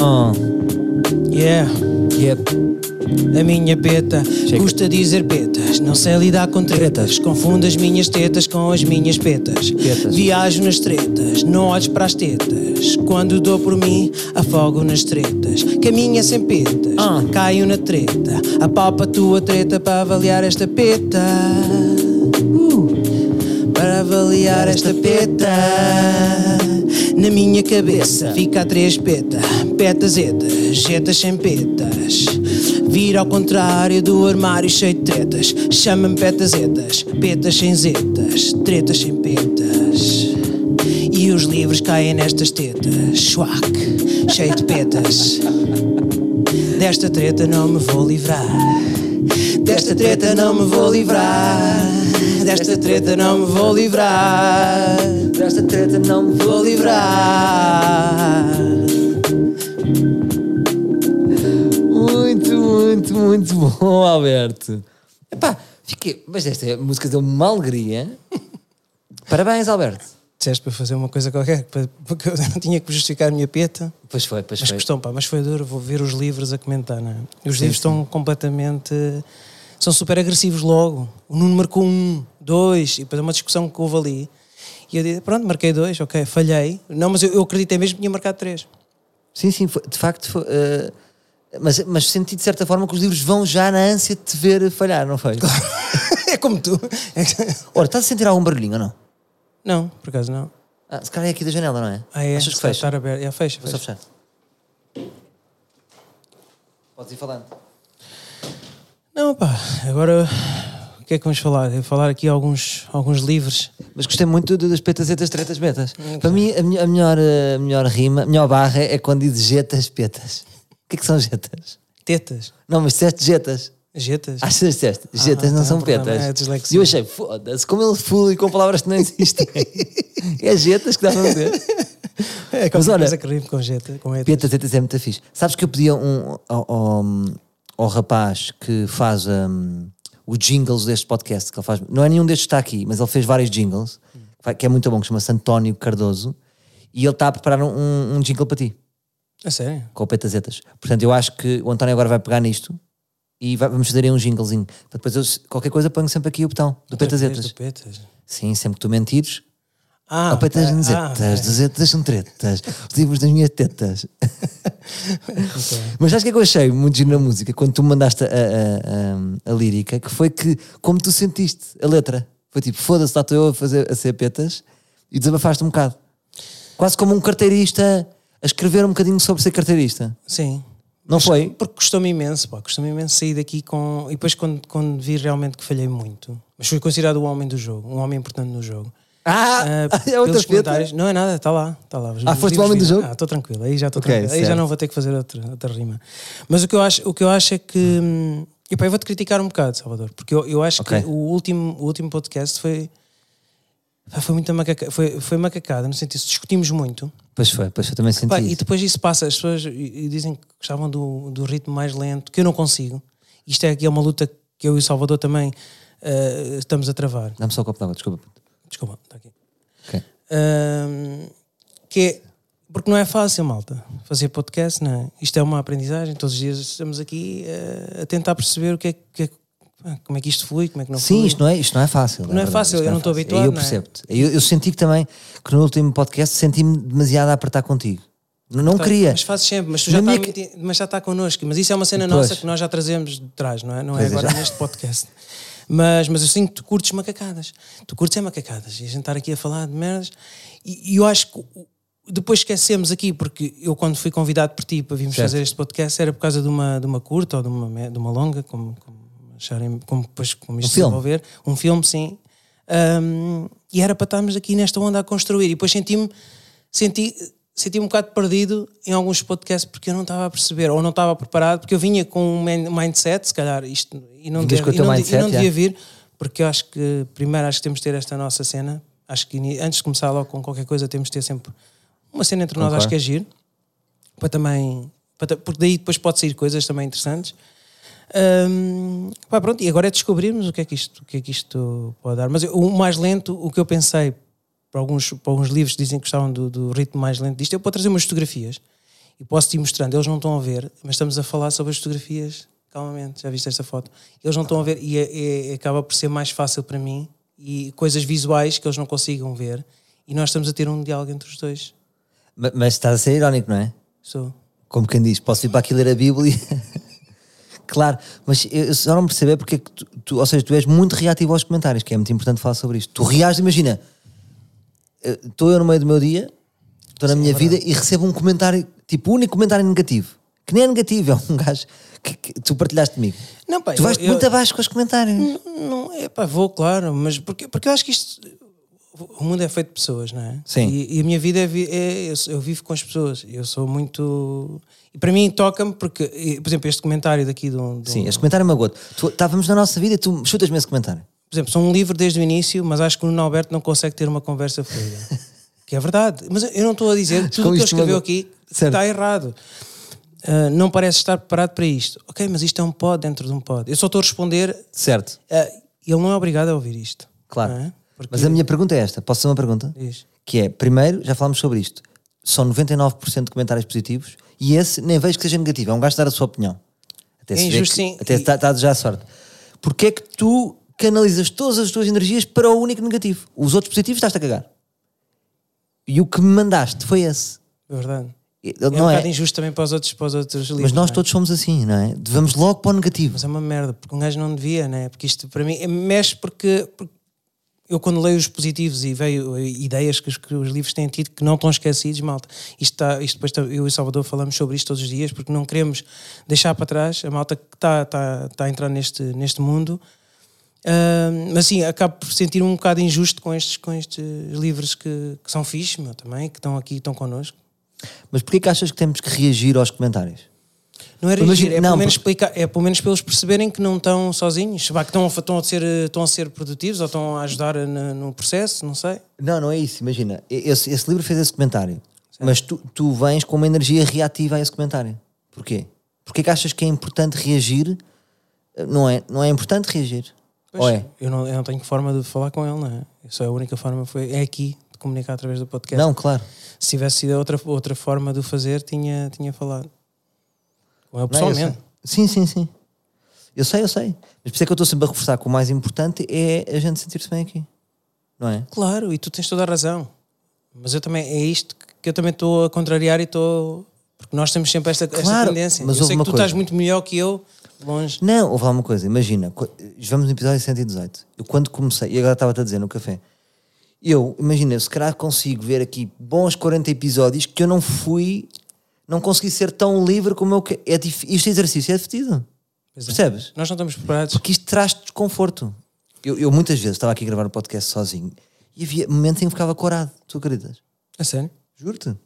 Ah, é Yeah, yep. a minha beta Chega. custa dizer betas. Não sei lidar com tretas. Confundo as minhas tetas com as minhas petas. Petas. Viajo nas tretas, não olhes para as tetas. Quando dou por mim, afogo nas tretas. Caminha sem petas, Ah. caio na treta. Apalpa a tua treta para avaliar esta peta. Uh, Para avaliar esta peta. Na minha cabeça fica a três peta, petazetas, jetas sem petas. Vira ao contrário do armário cheio de tretas. Chama-me petazetas, petas sem zetas, tretas sem petas. E os livros caem nestas tetas, chuac, cheio de petas. Desta treta não me vou livrar. Desta treta não me vou livrar. Desta treta não me vou livrar Desta treta não me vou livrar. Muito, muito, muito bom, Alberto. Epá, fiquei. Mas esta música deu-me uma alegria. Parabéns, Alberto. Disseste para fazer uma coisa qualquer, para- porque eu não tinha que justificar a minha peta. Pois foi, pois Mas foi. questão, pá, mas foi duro, vou ver os livros a comentar, não é? E Os livros estão completamente. são super agressivos logo. O Nuno marcou um, dois, e depois é uma discussão que houve ali. E eu disse, pronto, marquei dois, ok, falhei. Não, mas eu, eu acreditei mesmo que tinha marcado três. Sim, sim, foi- de facto. foi, eh, mas, mas senti de certa forma que os livros vão já na ânsia de te ver falhar, não foi? é como tu. Ora, estás a sentir algum barulhinho ou não? não, por acaso não. Ah, se calhar é aqui da janela, não é? Ah, é, Achas que está- fecha? Estar aberto. É, fecha, Vou só fecha. fechar. Podes ir falando. Não, pá, agora o que é que vamos falar? Eu falar aqui alguns, alguns livros. Mas gostei muito do- das petas, jetas, tretas, betas. Para mim, a, melhor- a melhor, eh, a melhor rima, a melhor barra é quando dizes jetas, petas. O que é que são jetas? Tetas, Não, mas disseste jetas. jetas. Achas que disseste? Jetas Ah, não tá, são um problema, petas. é e dislexia. eu achei, foda-se, como ele fula e com palavras que não existem. é jetas que dá para dizer. é mas qualquer olha- coisa que rime com jeta, com etas. Pietas tetas é muito fixe. Sabes que eu pedia um, ao, ao, ao rapaz que faz um, o jingles deste podcast, que ele faz, não é nenhum destes que está aqui, mas ele fez vários jingles, que vai- que é muito bom, que chama-se António Cardoso, e ele está a preparar um, um jingle para ti, A sério? com o petazetas. Portanto, eu acho que o António agora vai pegar nisto e vai- vamos fazer aí um jinglezinho. Para depois eu, se- qualquer coisa, ponho sempre aqui o botão do Do petazetas. petas. Sim, sempre que tu mentires, Ah, ah, petas ah, nas ah, zetas, das zetas são tretas, os livros das minhas tetas. Mas sabes o que é que eu achei muito giro na música quando tu me mandaste a, a- a- a lírica? Que foi que, como tu sentiste a letra, foi tipo, foda-se, lá estou eu a, fazer, a ser petas e desabafaste um bocado. Quase como um carteirista a escrever um bocadinho sobre ser carteirista. ah, Sim. Não foi? Porque custou-me imenso, pá, custou-me imenso sair daqui com. E depois quando, quando vi realmente que falhei muito. Mas fui considerado o homem do jogo, um homem importante no jogo. Ah, Ah, é outra pelos peta. comentários. Não é nada, está lá. Tá lá. Os Ah, foste o livros homem do viram. jogo? Ah, estou tranquilo, aí já estou Ok, tranquilo. Aí já certo. não vou ter que fazer outra, outra rima. Mas o que eu acho, o que eu acho é que. hum, epá, eu vou-te criticar um bocado, Salvador, porque eu, eu acho Ok. que o último, o último podcast foi. pá, Foi muita macaca, foi, foi macacada, no sentido, discutimos muito. Pois foi, pois foi, também senti. Pá, isso. e depois isso passa, as pessoas e- e dizem que gostavam do, do ritmo mais lento, que eu não consigo. Isto é aqui é uma luta que eu e o Salvador também eh, estamos a travar. Dá-me só o copo de água, desculpa. puto. Desculpa, está aqui. Ok. Ahm, que é, porque não é fácil, malta, fazer podcast, não é? Isto é uma aprendizagem, todos os dias estamos aqui eh, a tentar perceber o que é, que é- pá, como é que isto flui, como é que não Sim, flui. isto não é, isto não é fácil. Não é verdade, fácil, isto eu não estou fácil. habituado, Eu não é? percebo-te. Eu, eu senti que também que no último podcast senti-me demasiado a apertar contigo. Não, não Tá, queria. Mas fazes sempre, mas tu já Na está minha meti- mas já está connosco. Mas isso é uma cena Pois. nossa que nós já trazemos de trás, não é? Não é Pois é, agora já. neste podcast. Mas, mas eu sinto que tu curtes macacadas. Tu curtes é macacadas. E a gente estar aqui a falar de merdas. E, e eu acho que o- depois esquecemos aqui, porque eu quando fui convidado por ti para virmos Certo. fazer este podcast era por causa de uma, de uma curta ou de uma, me- de uma longa, como, como, acharem, como depois como isto se filme. desenvolver. Um filme, sim. Ahm, e era para estarmos aqui nesta onda a construir. E depois senti-me senti, senti um bocado perdido em alguns podcasts porque eu não estava a perceber ou não estava preparado, porque eu vinha com um min- mindset, se calhar, isto, e não, Vinhas devia, com o e teu não de- e mindset, não já. devia vir, porque eu acho que primeiro acho que temos de ter esta nossa cena. Acho que ini- antes de começar logo com qualquer coisa, temos de ter sempre uma cena entre nós, Concordo. acho que é giro, para também, para ta- porque daí depois pode sair coisas também interessantes. Hum, pá, pronto, e agora é descobrirmos o que é que isto, o que é que isto pode dar. Mas eu- o mais lento, o que eu pensei, para alguns, para alguns livros que dizem que gostavam do, do ritmo mais lento disto, eu posso trazer umas fotografias. E posso-te ir mostrando, eles não estão a ver, mas estamos a falar sobre as fotografias, calmamente, já viste esta foto. Eles não estão a ver e é- é- acaba por ser mais fácil para mim e coisas visuais que eles não consigam ver e nós estamos a ter um diálogo entre os dois. Ma- Mas estás a ser irónico, não é? Sou. Como quem diz, posso ir para aqui ler a Bíblia. claro, mas eu eu só não perceber porque é que tu, tu- ou seja, tu és muito reativo aos comentários, que é muito importante falar sobre isto. Tu reages, imagina, eh, estou eu no meio do meu dia, estou na é minha vida e recebo um comentário, tipo, o único comentário negativo, que nem é negativo, é um gajo que, que tu partilhaste comigo. Não, pá, tu eu- vais eu- muito abaixo com os comentários. Não, é pá, vou, claro, mas porque, porque eu acho que isto. O mundo é feito de pessoas, não é? Sim. E, e a minha vida é. vi- é- eu, sou- eu vivo com as pessoas. Eu sou muito. E para mim toca-me, porque, eh, por exemplo, este comentário daqui de um. de um- Sim, este comentário magoa-te. Tu- Estávamos na nossa vida e tu chutas-me esse comentário. Por exemplo, sou um livro desde o início, mas acho que o Nuno Alberto não consegue ter uma conversa fluida. que é verdade. Mas eu não estou a dizer tudo Com o que ele isto escreveu magoa- aqui Certo. está errado. Ah, não parece estar preparado para isto. Ok, mas isto é um pod dentro de um pod. Eu só estou a responder. Certo, ah, ele não é obrigado a ouvir isto. claro. não é? Porque- Mas a minha pergunta é esta: posso fazer uma pergunta? Diz. que é, primeiro, já falámos sobre isto, são 99% de comentários positivos e esse nem vejo que seja negativo, é um gajo dar a sua opinião. Até É se vê injusto, que- sim. Até E- está está a desejar sorte. Porquê é que tu canalizas todas as tuas energias para o único negativo? Os outros positivos estás-te a cagar. E o que me mandaste foi esse. É Verdade. E- É um não é? bocado injusto também para os outros, para os outros livros. Mas nós não é? todos somos assim, não é? Vamos logo para o negativo. Mas é uma merda, porque um gajo não devia, né? Porque isto para mim é- mexe porque, porque eu quando leio os positivos e veio eh, ideias que os, que os livros têm tido que não estão esquecidos, malta. Isto, está, isto depois tá- eu e o Salvador falamos sobre isto todos os dias porque não queremos deixar para trás a malta que está, está, está a entrar neste, neste mundo. Ah, mas sim, acabo por sentir um bocado injusto com estes, com estes livros que, que são fixos, meu, também, que estão aqui, estão connosco. Mas porquê é que achas que temos que reagir aos comentários? Não era Imagina- exigir, é, não, pelo menos explicar, é pelo menos para eles perceberem que não estão sozinhos. Vá, que estão, a fa- estão, a ser, eh, estão a ser produtivos ou estão a ajudar na- no processo, não sei. Não, não é isso, imagina. e- Esse, esse livro fez esse comentário, mas tu, tu vens com uma energia reativa a esse comentário. Porquê? Porquê que achas que é importante reagir? Não é, não é importante reagir? Ou é? Eu, não, eu não tenho forma de falar com ele, não é? Essa é a única forma, foi, é aqui, de comunicar através do podcast. Não, claro. Se tivesse sido outra, outra forma de o fazer, tinha, tinha falado. Com Não ele é? Eu pessoalmente. sei. Sim, sim, sim. Eu sei, eu sei. Mas por isso é que eu estou sempre a reforçar que o mais importante é a gente sentir-se bem aqui. Não é? Claro, e tu tens toda a razão. Mas eu também, é isto que- que eu também estou a contrariar e estou. Porque nós temos sempre esta, esta Claro, tendência. mas eu houve sei uma que tu coisa. estás muito melhor que eu, longe. Não, houve lá uma coisa, imagina, co- vamos no episódio 118. Eu quando comecei, e agora estava-te a dizer no café, eu, imagina, eu se calhar consigo ver aqui bons 40 episódios que eu não fui, não consegui ser tão livre como eu quero. É dif- este exercício é divertido. Pois é. Percebes? Nós não estamos preparados. Porque isto traz desconforto. Eu, eu muitas vezes estava aqui a gravar um podcast sozinho e havia momentos em que ficava corado, tu acreditas? A sério? Juro-te.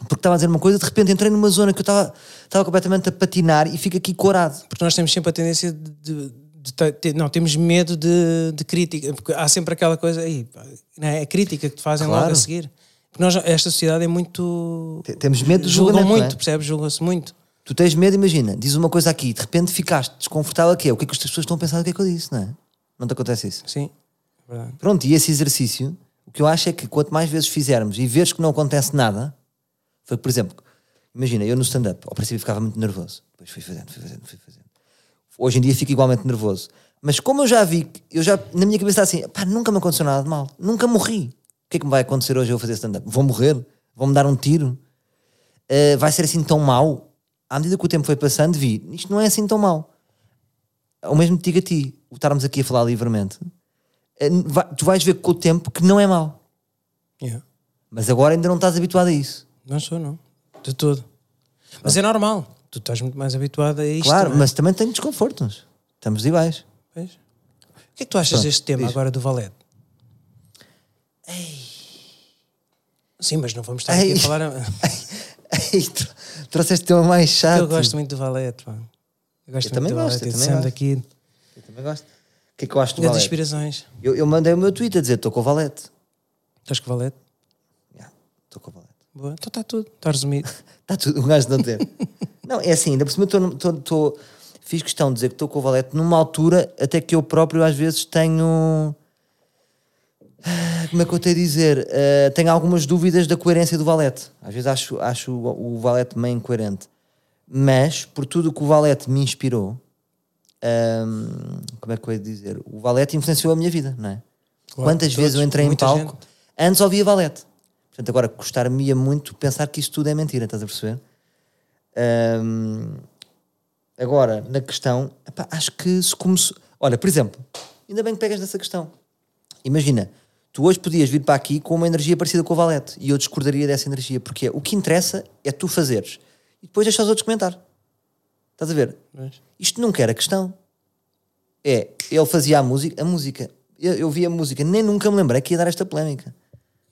Porque estava a dizer uma coisa, de repente entrei numa zona que eu estava, estava completamente a patinar e fico aqui corado. Porque nós temos sempre a tendência de. de- de te- te- não, temos medo de, de crítica. Porque há sempre aquela coisa. Aí, pá, não é? A crítica que te fazem logo Claro. a seguir. Porque nós, esta sociedade é muito. Te- temos medo do Julgam julgamento, muito, não é? percebes? Julgam-se muito. Tu tens medo, imagina, diz uma coisa aqui e de repente ficaste desconfortável, que é o que é que as pessoas estão a pensar do que é que eu disse, não é? Não te acontece isso. Sim. é verdade. Pronto, e esse exercício, o que eu acho é que quanto mais vezes fizermos e veres que não acontece nada, foi que, por exemplo, imagina, eu no stand-up, ao princípio ficava muito nervoso, depois fui fazendo, fui fazendo, fui fazendo. Hoje em dia fico igualmente nervoso. Mas como eu já vi, que- eu já, na minha cabeça está assim, pá, nunca me aconteceu nada de mal, nunca morri. O que é que me vai acontecer hoje eu fazer stand-up? Vou morrer? Vão-me dar um tiro? Eh, vai ser assim tão mau? À medida que o tempo foi passando, vi, isto não é assim tão mau. Ao mesmo te digo a ti, o estarmos aqui a falar livremente, eh, vai- tu vais ver com o tempo que não é mau. Yeah. Mas agora ainda não estás habituado a isso. Não sou, não. De todo. Mas é normal. Tu estás muito mais habituado a isto. claro, não é? mas também tem desconfortos. Estamos iguais. Pois. O que é que tu achas Pronto, deste tema diz. agora do Valete? Sim, mas não vamos estar Ei. aqui a falar. a- Ei, tro- Trouxeste um tema mais chato. é Eu gosto muito do Valete, pá. Eu gosto Ah, Eu também muito do gosto, Valete. eu Eu também sendo gosto. aqui Eu também gosto. O que é que eu acho do grandes valete? inspirações. Eu, eu mandei o meu tweet a dizer: estou com o valete. Estás com o Valete? Já, Estou com o valete. Boa. Então está tudo. Está resumido. Está tudo, um gajo não tem. não, é assim, ainda por cima estou- estou- estou- fiz questão de dizer que estou com o Valete numa altura até que eu próprio às vezes tenho. Como é que eu tenho a dizer? Eh, tenho algumas dúvidas da coerência do Valete. Às vezes acho, acho o, o Valete meio incoerente. Mas, por tudo o que o Valete me inspirou, ahm, como é que eu ia dizer? O Valete influenciou a minha vida, não é? Claro, Quantas todos, vezes eu entrei em muita palco, gente. antes ouvia Valete. Portanto, agora custar-me muito pensar que isso tudo é mentira, estás a perceber? Ahm, agora, na questão, epá, acho que se começou. Olha, por exemplo, ainda bem que pegas nessa questão. Imagina, tu hoje podias vir para aqui com uma energia parecida com o Valete e eu discordaria dessa energia, porque o que interessa é tu fazeres e depois deixa os outros comentar. Estás a ver? Mas- Isto nunca era questão. É, ele fazia a música, a música. Eu, eu vi a música, nem nunca me lembrei que ia dar esta polémica.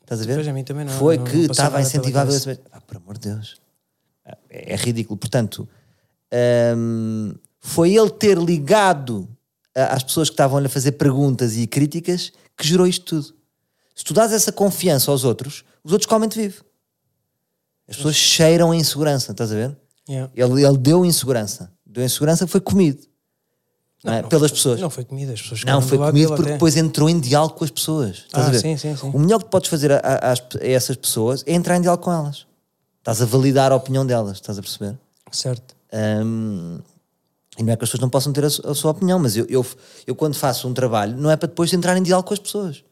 Estás a ver? Pois, a mim também não, Foi não- que não passou estava a nada pela incentivar a cabeça. violência. Ah, por amor de Deus. É, é ridículo. Portanto, hum, foi ele ter ligado a- às pessoas que estavam-lhe a fazer perguntas e críticas que gerou isto tudo. Se tu dás essa confiança aos outros, os outros comem-te vivo. As pessoas cheiram a insegurança, estás a ver? Yeah. Ele, ele deu insegurança. Deu insegurança, foi comido. não é? Não, Pelas foi- pessoas. Não foi comida, as pessoas Não, ficaram foi do lado comido dele porque até. depois entrou em diálogo com as pessoas. Estás Ah, a ver? sim, sim, sim. O melhor que tu podes fazer a, a- às- a essas pessoas é entrar em diálogo com elas. Estás a validar a opinião delas, estás a perceber? Certo. Hum, e não é que as pessoas não possam ter a, su- a sua opinião, mas eu, eu, eu quando faço um trabalho não é para depois entrar em diálogo com as pessoas.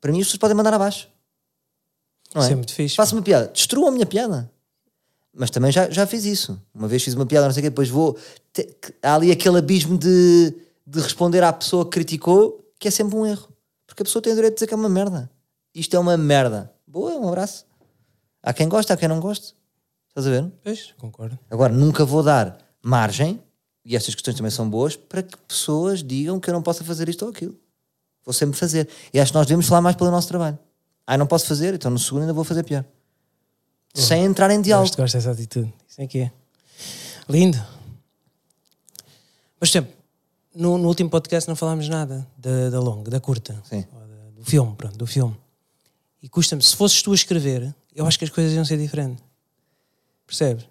Para mim as pessoas podem mandar abaixo. Não Isso é muito fixe, Faço uma piada, destruam a minha piada. Mas também já, já fiz isso. Uma vez fiz uma piada, não sei o quê, depois vou. te- que- há ali aquele abismo de, de responder à pessoa que criticou, que é sempre um erro. Porque a pessoa tem o direito de dizer que é uma merda. Isto é uma merda. Boa, um abraço. Há quem gosta, há quem não goste. Estás a ver? Pois, concordo. Agora, nunca vou dar margem, e estas questões também são boas, para que pessoas digam que eu não posso fazer isto ou aquilo. Vou sempre fazer. E acho que nós devemos falar mais pelo nosso trabalho. Ah, não posso fazer, então no segundo ainda vou fazer pior. Sem entrar em diálogo. Gosto, gosto dessa atitude. Isso é que é. Lindo. Mas sempre, no, no último podcast não falámos nada da, da longa, da curta. Sim. Ou da- do filme, pronto, do filme. E custa-me, se fosses tu a escrever, eu acho que as coisas iam ser diferentes. Percebes?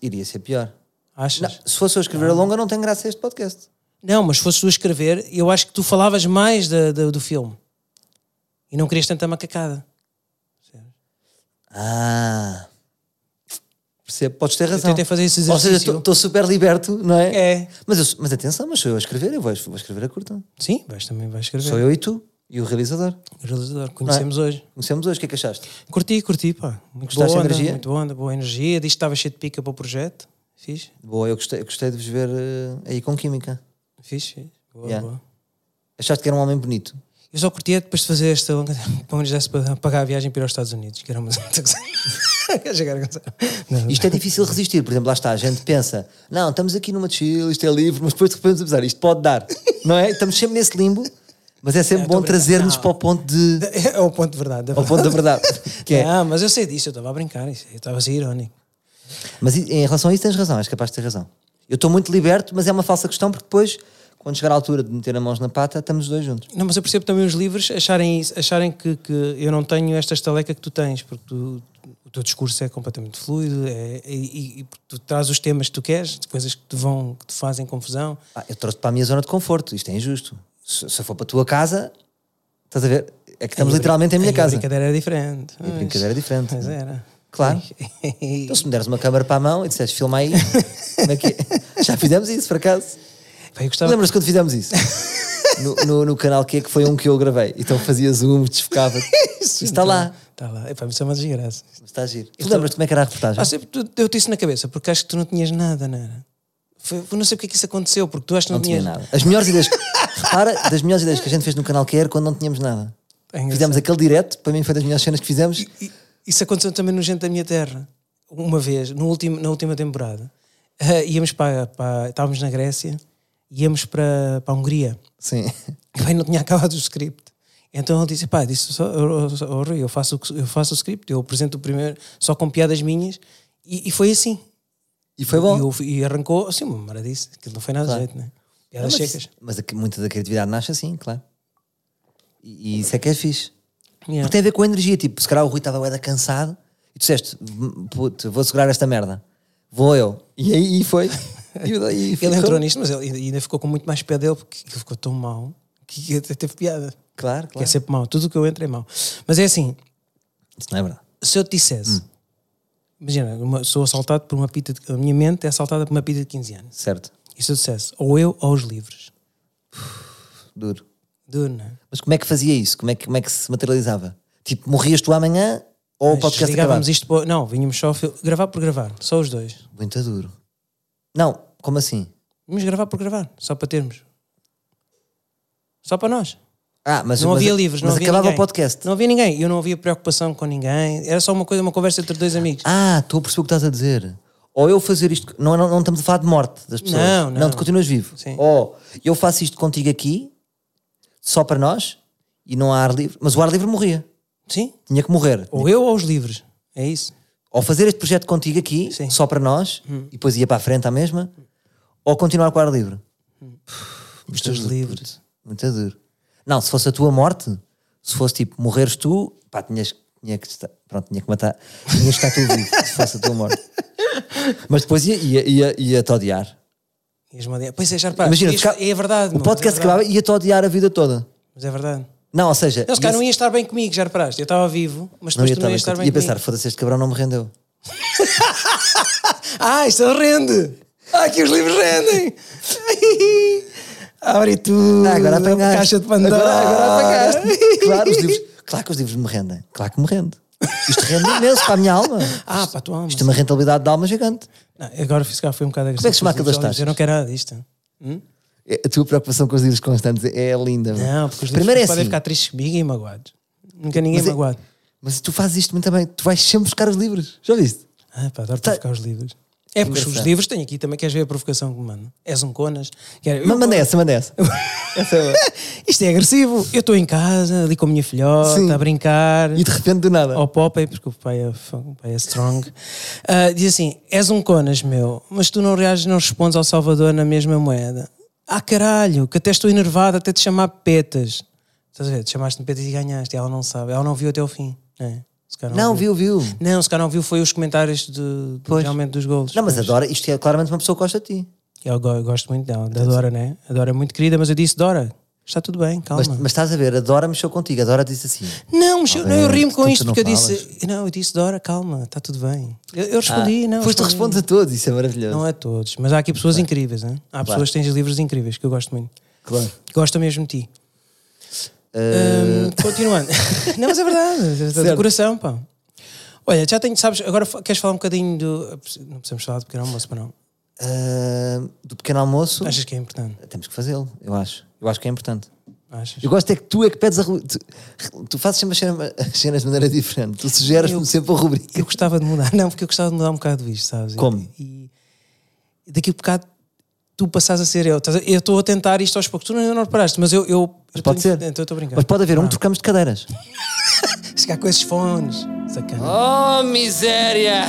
Iria ser pior. Não, Achas? se fosse eu escrever a longa, não tem graça este podcast. Não, mas se fosses tu a escrever, eu acho que tu falavas mais da- da- do filme. E não querias tanta macacada. Ah. Percebo, podes ter razão. tentei fazer esse Ou seja, exercício. estou super liberto, não é? É. Mas, eu sou- mas atenção, mas sou eu a escrever, eu vou, vou escrever a curta. Sim, vais também vais escrever. Sou eu e tu, e o realizador. Realizador, conhecemos hoje. Conhecemos hoje, o que é que achaste? Curti, curti, pá. Muito Gostaste boa da onda, energia? Muito boa onda, boa energia. Diz que estava cheio de pica para o projeto. Fiz, Boa, eu gostei, eu gostei de vos ver eh, aí com química. fiz, fiz. Boa, Yeah. boa. Achaste que era um homem bonito? Eu só curtia depois de fazer esta longa. Pelo menos desse para pagar a viagem para ir aos Estados Unidos, que era uma. Quer chegar a cansar. Não, Isto é difícil de resistir, por exemplo, lá está, a gente pensa, não, estamos aqui numa chill, isto é livre, mas depois de repente pensar, isto pode dar, não é? Estamos sempre nesse limbo, mas é sempre bom tô bem. trazermos Não. para o ponto de É o ponto de verdade. ao ponto da verdade. Que é. Ah, mas eu sei disso, eu estava a brincar, isso- eu estava a ser irónico. Mas i- em relação a isso tens razão, és capaz de ter razão. Eu estou muito liberto, mas é uma falsa questão, porque depois, quando chegar à altura de meter a mãos na pata, estamos os dois juntos. Não, mas eu percebo também os livros acharem, isso- acharem que, que eu não tenho esta estaleca que tu tens, porque tu- o teu discurso é completamente fluido é- e, e- e tu traz os temas que tu queres, de coisas que te vão, que te fazem confusão. Ah, eu trouxe para a minha zona de conforto, isto é injusto. Se, se eu for para a tua casa, estás a ver? É que estamos Aí a literalmente em minha brin- aí A casa. brincadeira é diferente. E a brincadeira é diferente. Mas não é? era. Claro. E- Então, se me deres uma câmara para a mão e disseres filma aí, como é que é? já fizemos isso por acaso? Pá, eu gostava. Lembras quando fizemos isso? No, no, no canal que é que foi um que eu gravei. Então fazia zoom, desfocava. Isso é está lá. Está lá. Epá, isso é uma desgraça. Mas está a giro. Tu Estou- lembras como é que era a reportagem? Ah, sempre tu- eu te isso na cabeça, porque acho que tu não tinhas nada, não era? Foi, eu não sei porque é que isso aconteceu, porque tu acho que não, não tinha tinhas nada. As melhores ideias. Repara, das melhores ideias que a gente fez no canal que era quando não tínhamos nada. É engraçado. Fizemos aquele direto, para mim foi das melhores cenas que fizemos. E- Isso aconteceu também no Gente da Minha Terra. Uma vez, no último, na última temporada, Eh, íamos para, para- Estávamos na Grécia, íamos para, para a Hungria. Sim. E bem, não tinha acabado o script. Então ele disse: pá, disse só, ó, ó, ó, Rui, eu faço, o que- eu faço o script, eu apresento o primeiro só com piadas minhas. E, e foi assim. E foi E, bom. eu- e arrancou, assim, uma maradice, aquilo não foi nada de jeito, né? Não, Piadas mas secas. mas a- muita da criatividade nasce assim, claro. E, e isso é que é fixe. Yeah. Porque tem a ver com a energia. Tipo, se calhar o Rui estava bué da cansado e tu disseste, "M- puto, vou segurar esta merda. Vou eu. E aí e foi. E, e Ele ficou. entrou nisto, mas ele ainda- ainda ficou com muito mais pé dele, porque aquilo ficou tão mal que até teve piada. Claro, que é claro. sempre mau. Tudo o que eu entro é mau. Mas é assim, Isso não é verdade. se eu te dissesse, Hum. imagina, uma- sou assaltado por uma pita, de, a minha mente é assaltada por uma pita de 15 anos. Certo. E se eu dissesse, ou eu ou os livros. Duro. Duro, não é? Mas como é que fazia isso? Como é que, como é que se materializava? Tipo, morrias tu amanhã ou o Mas podcast acabava? desligávamos isto, para- não, vinhamos só fil- gravar por gravar, só os dois. Muito duro. Não, como assim? Vamos gravar por gravar, só para termos. Só para nós. Ah, mas, Não mas- havia livros, não mas havia acabava ninguém. o podcast. Não havia ninguém, eu não havia preocupação com ninguém, era só uma coisa, uma conversa entre dois amigos. Ah, estou a perceber o que estás a dizer. Ou eu fazer isto. Não, não, não estamos a falar de morte das pessoas. Não, não. Não, tu continuas vivo. Sim. Ou eu faço isto contigo aqui, só para nós, e não há ar livre. Mas o ar livre morria. Sim? Tinha que morrer. Ou eu ou os livros, é isso. Ou fazer este projeto contigo aqui, Sim. Hum. só para nós, e depois ia para a frente à mesma, ou continuar com o ar livre. Os teus livros. Muito duro. Não, se fosse a tua morte, se fosse tipo morreres tu, pá, tinhas, tinha que estar, pronto, tinha que matar, tinhas que estar tu vivo, se fosse a tua morte. Mas depois ia, ia, ia, te odiar. Ias-me odiar. Pois é, já repara, Imagina, ias- tu ca- é verdade. O meu, podcast é verdade, acabava e ia-te odiar a vida toda. Mas é verdade. Não, ou seja, Não, se calhar não ia- ia estar bem comigo, já reparaste. Eu estava vivo, mas não depois ia tu não ias estar estar bem bem contigo. Ia pensar, comigo. foda-se, este cabrão não me rendeu. Ah, isto rende! Ah, que os livros rendem! Abre tudo! Ah, agora apanhaste. Hum, Caixa de Pandora! Agora, agora apanhaste. claro, os livros, claro que os livros me rendem. Claro que me rende. Isto rende imenso para a minha alma. Ah, para a tua alma. Isto é uma rentabilidade de alma gigante. Não, agora o fiscal foi um bocado agressivo. Como é que se chama com os aquelas livros. Eu taxas? não quero nada disto. Hum? É, A tua preocupação com os livros constantes é é linda. mano. Não, porque os livros Primeiro é podem assim, ficar tristes comigo e magoados. Nunca ninguém Mas é- magoado. mas tu fazes isto muito bem, tu vais sempre buscar os livros. Já viste? Ah, pá, adoro Tá- provocar os livros. É porque os Engraçado. livros têm aqui também. Queres ver a provocação que me mando? És um conas? Quero... Mas manda essa, manda essa. Isto é agressivo. Eu estou em casa, ali com a minha filhota, Sim. a brincar. E de repente do nada. ao Popeye, porque o pai é, f- o pai é strong, Ah, diz assim: És um conas, meu, mas tu não reages, não respondes ao Salvador na mesma moeda. Ah, caralho, que até estou enervado até te chamar petas. Estás a ver? Te chamaste-me petas e ganhaste. Ela não sabe, ela não viu até ao fim. né? Se calhar não, viu, viu. Não, se calhar não viu, foi os comentários de, de, Pois. realmente dos golos. Não, mas adora, isto é claramente uma pessoa que gosta de ti. Eu go- eu gosto muito dela, da Dora, né? A Dora é muito querida, mas eu disse: Dora, está tudo bem, calma. Mas, mas estás a ver, a Dora mexeu contigo, a Dora disse assim. Não, mas eu, não, eu bem, rimo com tu- isto tu não porque eu falas. disse, não, eu disse, Dora, calma, está tudo bem. Eu, eu respondi, não. Pois tu respondi. respondes Ah, a todos, isso é maravilhoso. Não é todos, mas há aqui pessoas incríveis, né? Há pessoas que têm livros incríveis que eu gosto muito. Claro. Que Gosto mesmo de ti. Hum, continuando. não, mas é verdade, é do Eh, Certo. coração, pá. Olha, já tenho, sabes, agora fa- queres falar um bocadinho do. Não precisamos falar do pequeno almoço, para não. Ah, do pequeno almoço, Achas que é importante? temos que fazê-lo, eu acho. Eu acho que é importante. Achas? Eu gosto é que tu é que pedes a ru- tu, tu fazes sempre as cena- as cenas de maneira diferente. Tu Eu- sugeres-me sempre a rubrica. Eu gostava de mudar, não, porque eu gostava de mudar um bocado disto, sabes? Como? E, e daqui a bocado tu passas a ser eu. Estás a- Eu estou a tentar isto aos poucos, tu não, não reparaste, mas eu. eu mas pode ser. Então eu estou a brincar. Mas pode haver um, trocamos de cadeiras. Chegar com esses fones, sacana. Oh, miséria!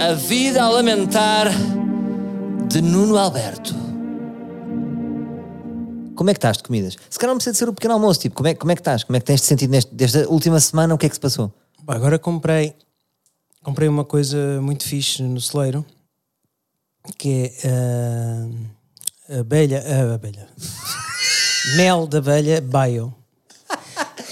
A vida a lamentar de Nuno Alberto. Como é que estás de comidas? Se calhar não precisa de ser o pequeno almoço, tipo, como é, como é que estás? Como é que tens te sentido neste, desde a última semana? O que é que se passou? Pá, Agora comprei. Comprei uma coisa muito fixe no celeiro que é ah, abelha. ah, abelha. Mel da abelha bio.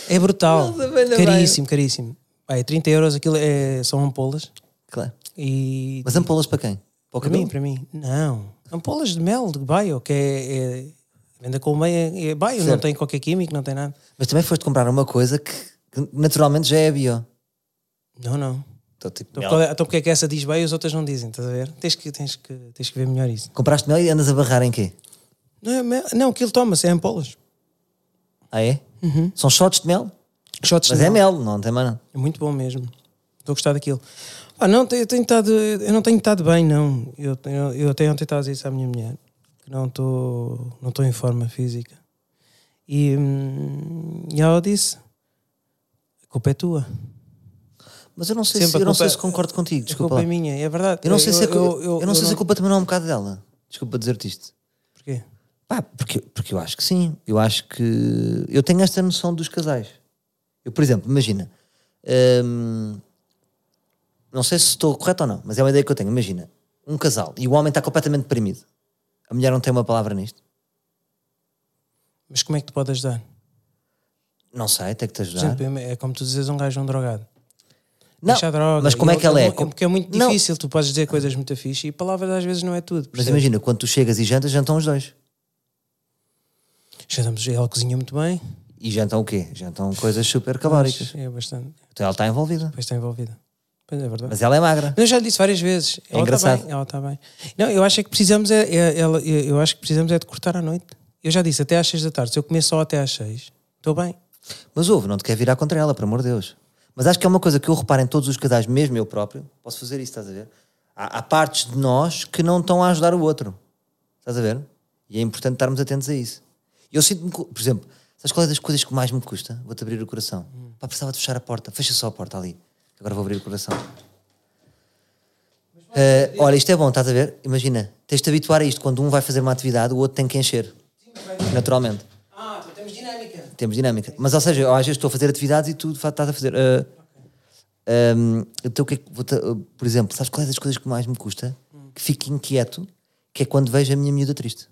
É brutal. Mel da abelha caríssimo, caríssimo. Pá, é 30 euros, aquilo é, são ampolas. Claro. E Mas ampolas para quem? Para o para mim, cabelo? para mim, não. Ampolas de mel de bio, que é. é vem da colmeia, é bio, não Certo. tem qualquer químico, não tem nada. Mas também foste comprar uma coisa que, que naturalmente já é bio. Não, não. Então, tipo, Então, mel. qual é- então porque é que essa diz bem e as outras não dizem, estás a ver? Tens que, tens que, tens que ver melhor isso. Compraste mel e andas a barrar em quê? Não, é mel- não aquilo toma-se, é ampolas. Ah, é? Uhum. São shots de mel? Shots Mas de é mel. mel, não tem mais nada. É muito bom mesmo. Estou a gostar daquilo. Ah, não, eu, tenho estado, eu não tenho estado bem, não. Eu, eu, eu até ontem estava a dizer isso à minha mulher, que não estou não estou em forma física. E, hum, e ela disse: a culpa é tua. Mas eu não sei, Sempre se, a eu não culpa- é- sei se concordo contigo, A culpa desculpa. é lá. minha, é verdade. Eu não sei, se, a, eu- culpa- eu eu- não eu sei se a culpa também não é um bocado dela. Desculpa dizer-te isto. Porquê? Pá, porque, porque eu acho que sim. Eu acho que. Eu tenho esta noção dos casais. Eu, por exemplo, imagina. hum, não sei se estou correto ou não, mas é uma ideia que eu tenho. Imagina, um casal e o homem está completamente deprimido. A mulher não tem uma palavra nisto. Mas como é que te pode ajudar? Não sei, tem que te Por ajudar. exemplo, é como tu dizes a um gajo, a um drogado. Ah. não, Deixa a droga. mas como E é que ela é? Porque é muito Não, difícil, tu podes dizer coisas muito fixe e palavras às vezes não é tudo. Mas percebes? imagina, quando tu chegas e jantas, jantam os dois. Já estamos, ela cozinha muito bem. E jantam o quê? Jantam coisas super calóricas. mas É bastante. Então ela está envolvida. Pois está envolvida. Pois é verdade. Mas ela é magra. Eu já lhe disse várias vezes. É ela engraçado. Tá bem, ela está bem. Não, eu acho é que precisamos é, é- ela- eu eu acho que precisamos é de cortar à noite. Eu já disse até às seis da tarde. Se eu comer só até às seis, estou bem. Mas ouve, não te quer virar contra ela, por amor de Deus. Mas acho que é uma coisa que eu reparo em todos os casais, mesmo eu próprio. Posso fazer isso, estás a ver? Há, há partes de nós que não estão a ajudar o outro. Estás a ver? E é importante estarmos atentos a isso. Eu sinto-me, co- por exemplo, sabes qual é das coisas que mais me custa? Vou-te abrir o coração. Pá, precisava de fechar a porta. Fecha só a porta ali. Agora vou abrir o coração. Eh, olha, isto é bom, estás a ver? Imagina, tens de te habituar a isto. Quando um vai fazer uma atividade, o outro tem que encher. Naturalmente Ah, temos dinâmica. temos dinâmica. Mas, ou seja, eu às vezes estou a fazer atividades e tu de facto estás a fazer. ah, ahm, então, o que é que vou ta- ah, por exemplo, sabes qual é das coisas que mais me custa? Que fico inquieto, que é quando vejo a minha miúda triste.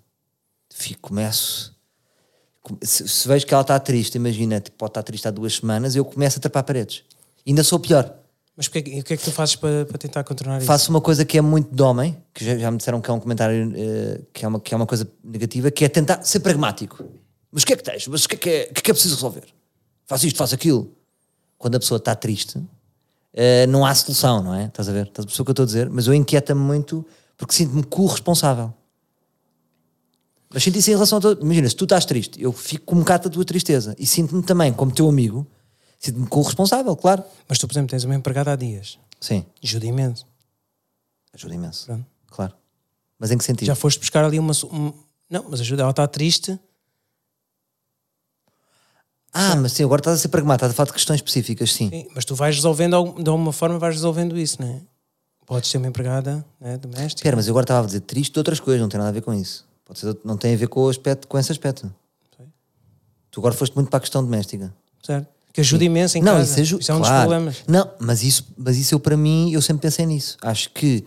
Fico, começo. com- Se, se vejo que ela está triste, imagina, tipo, pode estar triste há duas semanas, eu começo a tapar paredes. Ainda sou pior. Mas porque é que- o que é que tu fazes para, para tentar contornar isso? Faço uma coisa que é muito de homem, que já, já me disseram que é um comentário eh, que, é uma, que é uma coisa negativa, que é tentar ser pragmático. Mas o que é que tens? Mas o que é que é, o que é, que é preciso resolver? Faz isto, faz aquilo. Quando a pessoa está triste, eh, não há solução, não é? Estás a ver? Estás a perceber o que eu estou a dizer? Mas eu inquieta-me muito porque sinto-me corresponsável. Mas sinto isso em relação a todo. Imagina, se tu estás triste, eu fico como cata da tua tristeza e sinto-me também, como teu amigo, sinto-me corresponsável, claro. Mas tu, por exemplo, tens uma empregada há dias. Sim, Ajuda imenso. ajuda imenso. Pronto. Claro. Mas em que sentido? Já foste buscar ali uma. so- um- Não, mas ajuda, ela está triste. Ah, mas sim, agora estás a ser pragmático, estás a falar de questões específicas, sim. Sim, mas tu vais resolvendo, algum- de alguma forma, vais resolvendo isso, não é? Podes ter uma empregada né, doméstica. Espera, mas eu agora estava a dizer triste de outras coisas, não tem nada a ver com isso. Pode ser, de outro- não tem a ver com, o aspecto, com esse aspecto. Sim. Tu agora foste muito para a questão doméstica. Certo? Que ajuda imenso em não, casa. isso é, ju- um dos claro. problemas. Não, mas isso, mas isso eu para mim, eu sempre pensei nisso. Acho que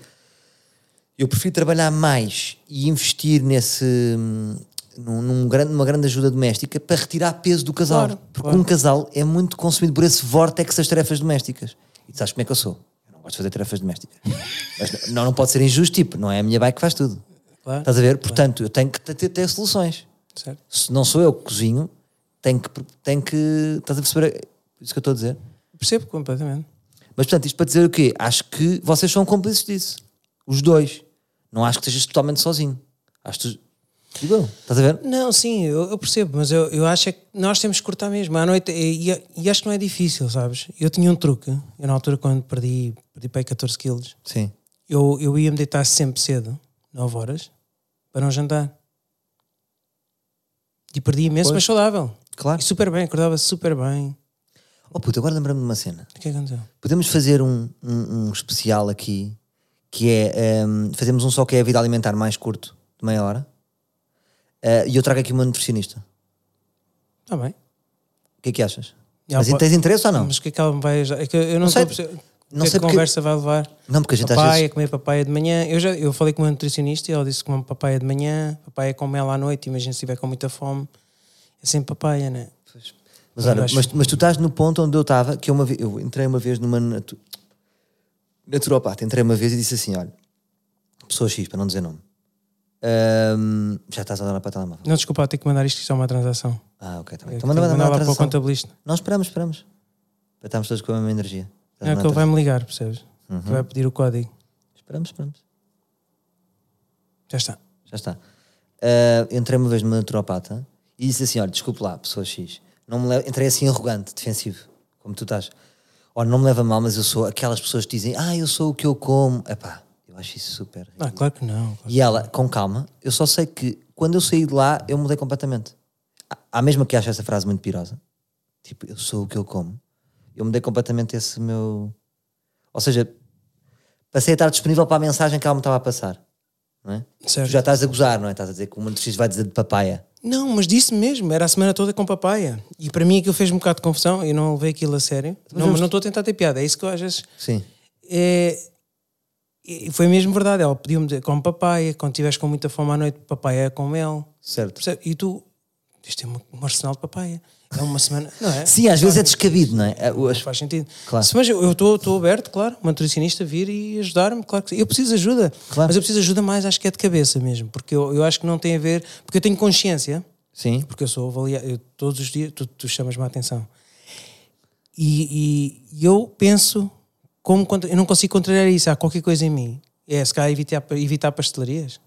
eu prefiro trabalhar mais e investir nesse hum, num, num grande, numa grande ajuda doméstica para retirar peso do casal. Claro, porque claro. um casal é muito consumido por esse vórtex das tarefas domésticas. E tu sabes como é que eu sou? Eu não gosto de fazer tarefas domésticas. mas não, não pode ser injusto, tipo, não é a minha bike que faz tudo. Claro. Estás a ver? Portanto, eu tenho que ter, ter soluções Certo? se não sou eu que cozinho, tenho que. Tenho que estás a perceber isso que eu estou a dizer? Percebo completamente. Mas portanto, isto para dizer o quê? Acho que vocês são cúmplices disso. Os dois. Não acho que estejas totalmente sozinho. Acho que. tu- Digo eu, estás a ver? Não, sim, eu, eu percebo, mas eu, eu acho é que nós temos que cortar mesmo à noite e, e- e acho que não é difícil, sabes? Eu tinha um truque, eu na altura quando perdi, perdi para aí 14 quilos, Sim. eu, eu ia me deitar sempre cedo, 9 horas, para não jantar. E perdi imenso, mas saudável. Claro. E super bem, acordava super bem. Oh puto, agora lembrando me de uma cena. O que é que aconteceu? Podemos fazer um, um, um especial aqui que é. ehm, fazemos um só que é a vida alimentar mais curto, de meia hora. Eh, e eu trago aqui uma nutricionista. Está Tá bem. O que é que achas? Já, Mas pode- tens interesse ou não? Mas o que é que ela me vai ajudar? É que eu eu não, sei- sei, não não sei sei que porque- conversa vai levar. Não, porque a gente às papaya, vezes- comer papaya de manhã. Eu já eu falei com uma nutricionista e ela disse que come papaya de manhã, papaya come ela à noite, imagina se estiver com muita fome. É sempre papaya, né? Mas olha, Mas- mas, mas tu estás no ponto onde eu estava, que eu, uma ve- eu entrei uma vez numa natu, naturopata, entrei uma vez e disse assim, olha, pessoa X, para não dizer nome, "Ahm, já estás a dar para a telemóvel. Não, desculpa, eu tenho que mandar isto, isto é uma transação. Ah, ok, também. Então Eu tenho É que manda manda- manda mandar lá para o transação. contabilista. Não, esperamos, esperamos. Para estarmos todos com a mesma energia. É que ele vai me ligar, percebes? Uhum. Que Vai pedir o código. Esperamos, esperamos. Já está. Já está. Ah, entrei uma vez numa naturopata e disse assim: olha, desculpe lá, pessoa X. Não me leve- Entrei assim arrogante, defensivo, como tu estás. Olha, não me leva a mal, mas eu sou aquelas pessoas que dizem: ah, eu sou o que eu como. Epá, eu acho isso super. Ah, claro que não. claro. E ela, com calma, eu só sei que quando eu saí de lá, eu mudei completamente. Há- Há mesmo que acha essa frase muito pirosa. Tipo, eu sou o que eu como. Eu mudei completamente esse meu. Ou seja, passei a estar disponível para a mensagem que ela me estava a passar. Não é? Certo. Tu já estás a gozar, não é? Estás a dizer que o nutricionista vai dizer de papaya. Não, mas disse mesmo, era a semana toda com papaya. E para mim aquilo fez um bocado de confusão, eu não levei aquilo a sério. Não, mas não estou a tentar ter piada, é isso que eu às vezes. Sim. É, e foi mesmo verdade. Ela pediu-me de- come papaya, quando estiveres com muita fome à noite, papaya com é mel. Certo. Percebe? E tu Tens de ter uma- um arsenal de papaya. É uma semana, não é? Sim, às vezes é Claro, descabido, não é? É, o- não as- faz sentido. Claro. Se- Mas eu estou aberto, claro, uma nutricionista vir e ajudar-me, claro que sim. Eu preciso de ajuda, Claro. mas eu preciso de ajuda mais, acho que é de cabeça mesmo, porque eu, eu acho que não tem a ver, porque eu tenho consciência, Sim, porque eu sou avaliado, eu, todos os dias tu, tu chamas-me a atenção. E, e eu penso, como contra- eu não consigo contrariar isso, há qualquer coisa em mim. É, se calhar evitar, evitar pastelarias.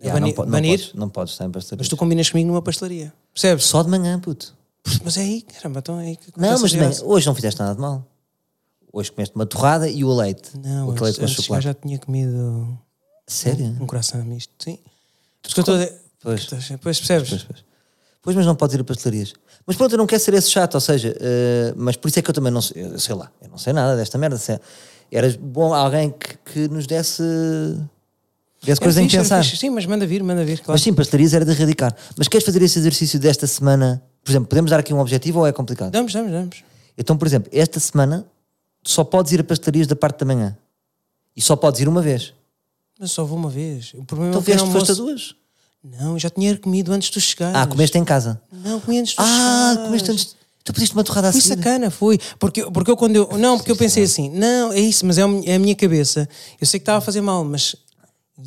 É Yeah, não bani- po- não, banir, podes, não é, podes estar em mas pastelaria. tu combinas comigo numa pastelaria. Percebes? Só de manhã, puto. Mas é aí, caramba, então é aí que Não, acontece mas a também, graça. hoje não fizeste nada de mal. Hoje comeste uma torrada e o leite. Não, o antes, leite é com antes de chegar chocolate. já tinha comido Sério? um coração misto, sim. Porque eu estou a dizer- Pois. Pois, percebes? É Pois, pois. Pois, mas não pode ir a pastelarias. Mas pronto, eu não quero ser esse chato, ou seja, eh, mas por isso é que eu também não sei, eu sei lá, eu não sei nada desta merda. se é- era bom alguém que, que nos desse, desse Era coisa em fixe, era pensar. fixe. Sim, mas manda vir, manda vir, claro. Mas sim, pastelarias era de erradicar. Mas queres fazer esse exercício desta semana? Por exemplo, podemos dar aqui um objetivo ou é complicado? Damos, damos, damos. Então, por exemplo, esta semana tu só podes ir a pastelarias da parte da manhã. E só podes ir uma vez. Mas só vou uma vez. O problema Então é o pequeno vieste, foste a almoço. duas. Não, já tinha comido antes de tu chegares. Ah, comeste em casa. Não, comi antes de tu Ah, chegares. comeste antes. Tu pediste uma torrada a Fui seguir. sacana, fui. Porque, eu- porque eu quando eu. Não, porque eu pensei assim, não, é isso, mas é o- é a minha cabeça. Eu sei que estava a fazer mal, mas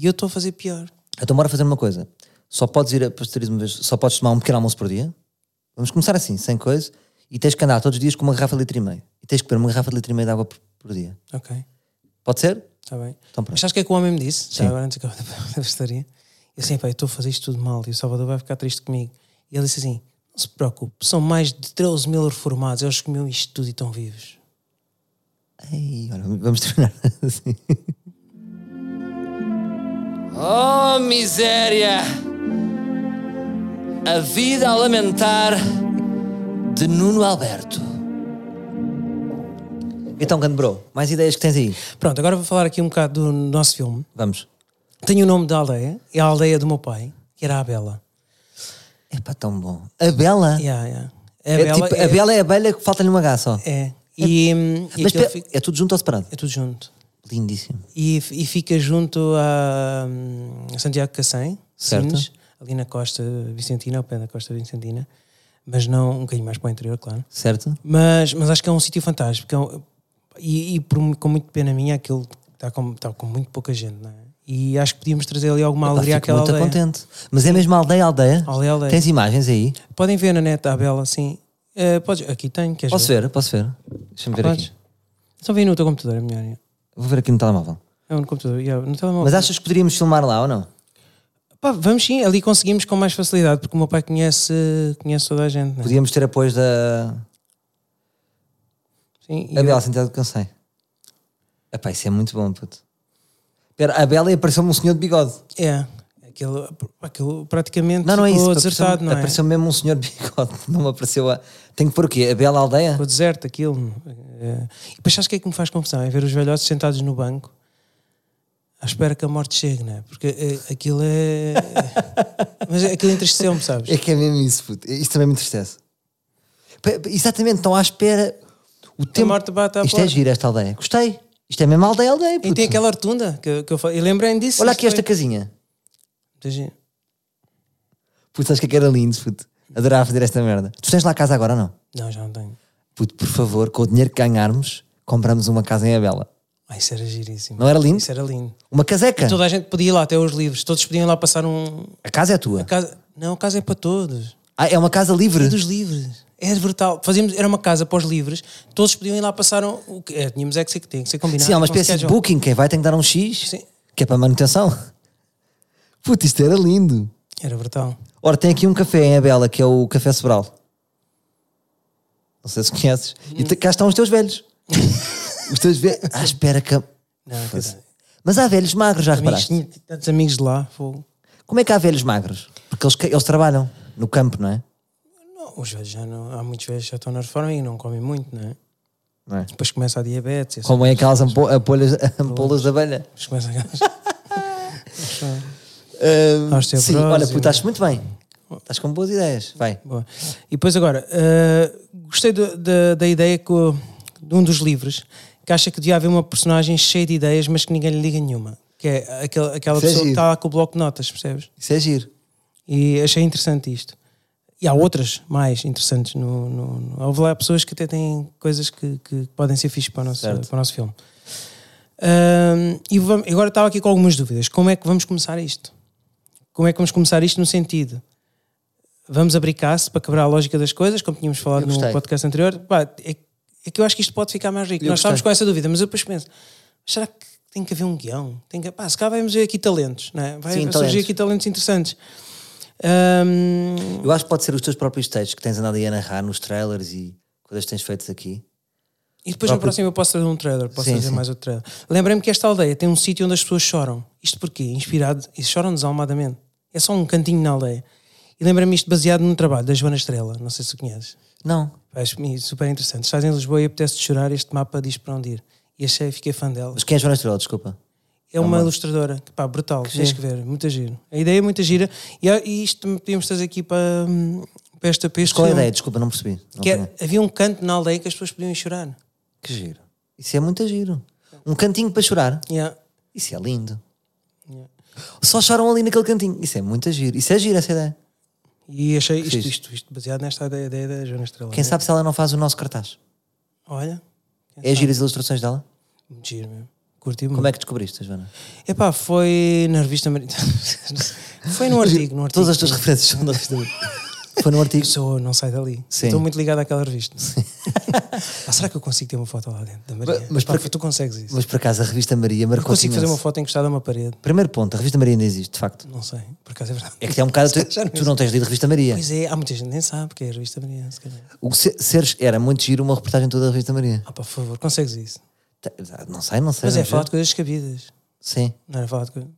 eu estou a fazer pior. Então bora fazer uma coisa. Só podes ir a pastelaria uma vez, só podes tomar um pequeno almoço por dia. Vamos começar assim, sem coisa. E tens que andar todos os dias com uma garrafa de litro e meio. E tens que beber uma garrafa de litro e meio de água por, por dia. Ok. Pode ser? Está bem. Então pronto. Mas sabes o que é que o homem me disse? Já agora antes que eu da estaria. Eu assim, pá, eu estou a fazer isto tudo mal e o Salvador vai ficar triste comigo. E ele disse assim: não se preocupe, são mais de 13 mil reformados, eles comiam isto tudo e estão vivos. Ei, olha, vamos terminar assim. Oh, miséria! A vida a lamentar de Nuno Alberto. Então, grande bro, mais ideias que tens aí? Pronto, agora vou falar aqui um bocado do nosso filme. Vamos. Tenho o nome da aldeia, é a aldeia do meu pai, que era a Bela. É pá, tão bom. A Bela? Yeah, yeah. A É tipo, a Bela é a abelha que falta-lhe uma gás só. É. E, hum, e Mas aquilo pe- fica- é tudo junto ou separado? é tudo junto. Lindíssimo. e, e fica junto a, hum, a Santiago Cacém, Certo. Sines, ali na costa vicentina, ao pé da costa vicentina, mas não um bocadinho mais para o interior, claro. Certo? Mas, mas acho que é um sítio fantástico. é um- e e por mu- com muito pena minha, aquilo está com, está com muito pouca gente, não é? E acho que podíamos trazer ali alguma Pá, alegria fico àquela muito aldeia. contente. Mas é mesmo aldeia, aldeia? Aldeia, aldeia. Tens imagens aí? Podem ver na net a Bela, sim. Eh, podes, aqui tenho, queres Posso ver? ver? Posso ver? Deixa-me ver Podes? aqui. Só vem no teu computador, é melhor. é. Vou ver aqui no telemóvel. É no computador, yeah, no telemóvel. Mas achas que poderíamos filmar lá ou não? Pá, vamos sim, ali conseguimos com mais facilidade, porque o meu pai conhece, conhece toda a gente, né? Podíamos ter apoios da assim, Sim, e a eu- Bela Santiago do Cansei. Epá, isso é muito bom, puto. Espera, a Bela e apareceu-me um senhor de bigode. É, aquilo, aquilo praticamente Não, não é isso. ficou Apareceu-me desertado, não é? apareceu mesmo um senhor de bigode. Não me apareceu a... Tenho que pôr o quê? A Bela Aldeia? Ficou deserto aquilo. É. E depois sabes o que é que me faz confusão? É ver os velhotes sentados no banco à espera que a morte chegue, não é? Porque é, aquilo é... Mas é aquilo entristeceu-me, sabes? É que é mesmo isso, puto. Isso também me entristece. Pe- pe- Exatamente, estão à espera o tempo. morte bate à Isto é porta. giro, esta aldeia. Gostei. Isto é mesmo aldeia, aldeia, E puto. tem aquela rotunda que, que eu falei. Eu lembrei-me disso. Olha isto aqui esta foi- casinha. Imagina. Puto, acho que é que era lindo, puto. Adorava fazer esta merda. Tu tens lá casa agora ou não? Não, já não tenho. Puto, por favor, com o dinheiro que ganharmos, compramos uma casa em Abela. Ah, isso era giríssimo. Não é? era lindo? Isso era lindo. Uma caseca. Toda a gente podia ir lá, até os livros. Todos podiam lá passar um... A casa é tua. Casa... Não, a casa é para todos. Ah, é uma casa E livre. dos livres. Era brutal. Fazíamos, era uma casa para os livres, todos podiam ir lá passar um- o que é, tínhamos é que ser que tem que ser combinado. Sim, há uma com o espécie de schedule. booking. Quem vai tem que dar um X, Sim. que é para manutenção. Puto, isto era lindo. Era brutal. Ora, tem aqui um café em Abela, que é o Café Sobral. Não sei se conheces. Hum. E te- cá estão os teus velhos. os teus velhos. Ah, espera que. Não, Foda-se. cara. Mas há velhos magros, já Amigos, reparaste? tinha tantos amigos de lá. fogo. Como é que há velhos magros? Porque eles, eles trabalham no campo, não é? Não, os velhos já não. Há muitos velhos que já estão na reforma e não comem muito, não é? Não é? Depois começa a diabetes. e assim, Como é aquelas ampo- ampolhas, ampolas da abelha. Depois começa Ah, Osteoporose sim, olha, e- puto, estás muito bem. Estás com boas ideias. Vai. Boa. E depois agora, uh, gostei do- da, da ideia que o- de um dos livros que acha que devia haver uma personagem cheia de ideias, mas que ninguém lhe liga nenhuma. Que é aquela, aquela Isso é pessoa que tá giro. está lá com o bloco de notas, percebes? Isso é giro. E achei interessante isto. E há outras mais interessantes. No, no, no- Houve lá pessoas que até têm coisas que, que podem ser fixas para o nosso, Certo. para o nosso filme. Ahm, e vamos- agora estava aqui com algumas dúvidas. Como é que vamos começar isto? Como é que vamos começar isto no sentido? Vamos abrir caça para quebrar a lógica das coisas, como tínhamos falado Eu no gostei. podcast anterior. Pá, é, é que eu acho que isto pode ficar mais rico. Eu Nós estávamos gostei. com essa dúvida, mas eu depois penso: será que tem que haver um guião? Tem que, pá, se calhar vamos ver aqui talentos, não é? Vai Sim, surgir talentos. aqui talentos interessantes. Ahm, Eu acho que pode ser os teus próprios textos que tens andado aí a narrar nos trailers e coisas que tens feito aqui. E depois no Próprio- próximo eu posso trazer um trailer, posso Sim, trazer sim. mais outro trailer. Lembrei-me que esta aldeia tem um sítio onde as pessoas choram. Isto porquê? Inspirado, e choram desalmadamente. É só um cantinho na aldeia. E lembrei-me isto baseado no trabalho da Joana Estrela, não sei se o conheces. Não. Acho-me super interessante. Estás em Lisboa e apetece chorar, este mapa diz para onde ir. E achei, fiquei fã dela. Mas quem é Joana Estrela? Desculpa. É uma ilustradora, que, pá, brutal, tens que ver, muita giro. A ideia é muita gira e, há- e isto podíamos trazer aqui para, hum, para, esta, para este Qual é a filme. ideia? Desculpa, não percebi. Não Que apanhei. é, havia um canto na aldeia que as pessoas podiam ir chorar. Que giro. Isso é muito giro. Um cantinho para chorar. Yeah. Isso é lindo. Só choram ali naquele cantinho. Isso é muito giro. Isso é giro, essa ideia. E achei isto, Fixe. isto, isto baseado nesta ideia, ideia da Joana Estrela. Quem né? sabe se ela não faz o nosso cartaz? Olha, É giro as ilustrações dela? muito giro mesmo. Curti muito. Como é que descobriste, Joana? Epá, foi na revista Mar... Foi num artigo, num artigo. Todas as tuas referências são da revista. Foi no artigo. Sou, não sai dali. Sim. Estou muito ligado àquela revista. ah, será que eu consigo ter uma foto lá dentro da Maria? Mas- Mas, mas Pá, para- tu consegues isso. Mas por acaso a revista Maria Eu marcou consigo fazer uma foto encostada a uma parede. Primeiro ponto, a revista Maria ainda existe, de facto. Não sei, por acaso é verdade. É que é um bocado. Tu, Já não tu não tens lido a revista Maria. Pois é, há muita gente que nem sabe que é a revista Maria, se calhar. O que se- seres, era muito giro uma reportagem toda da revista Maria. Ah, pá, por favor, consegues isso. Tá- Não sei, não sei. vamos Mas é, ver. falar de coisas descabidas. Sim. Não era falar de coisas.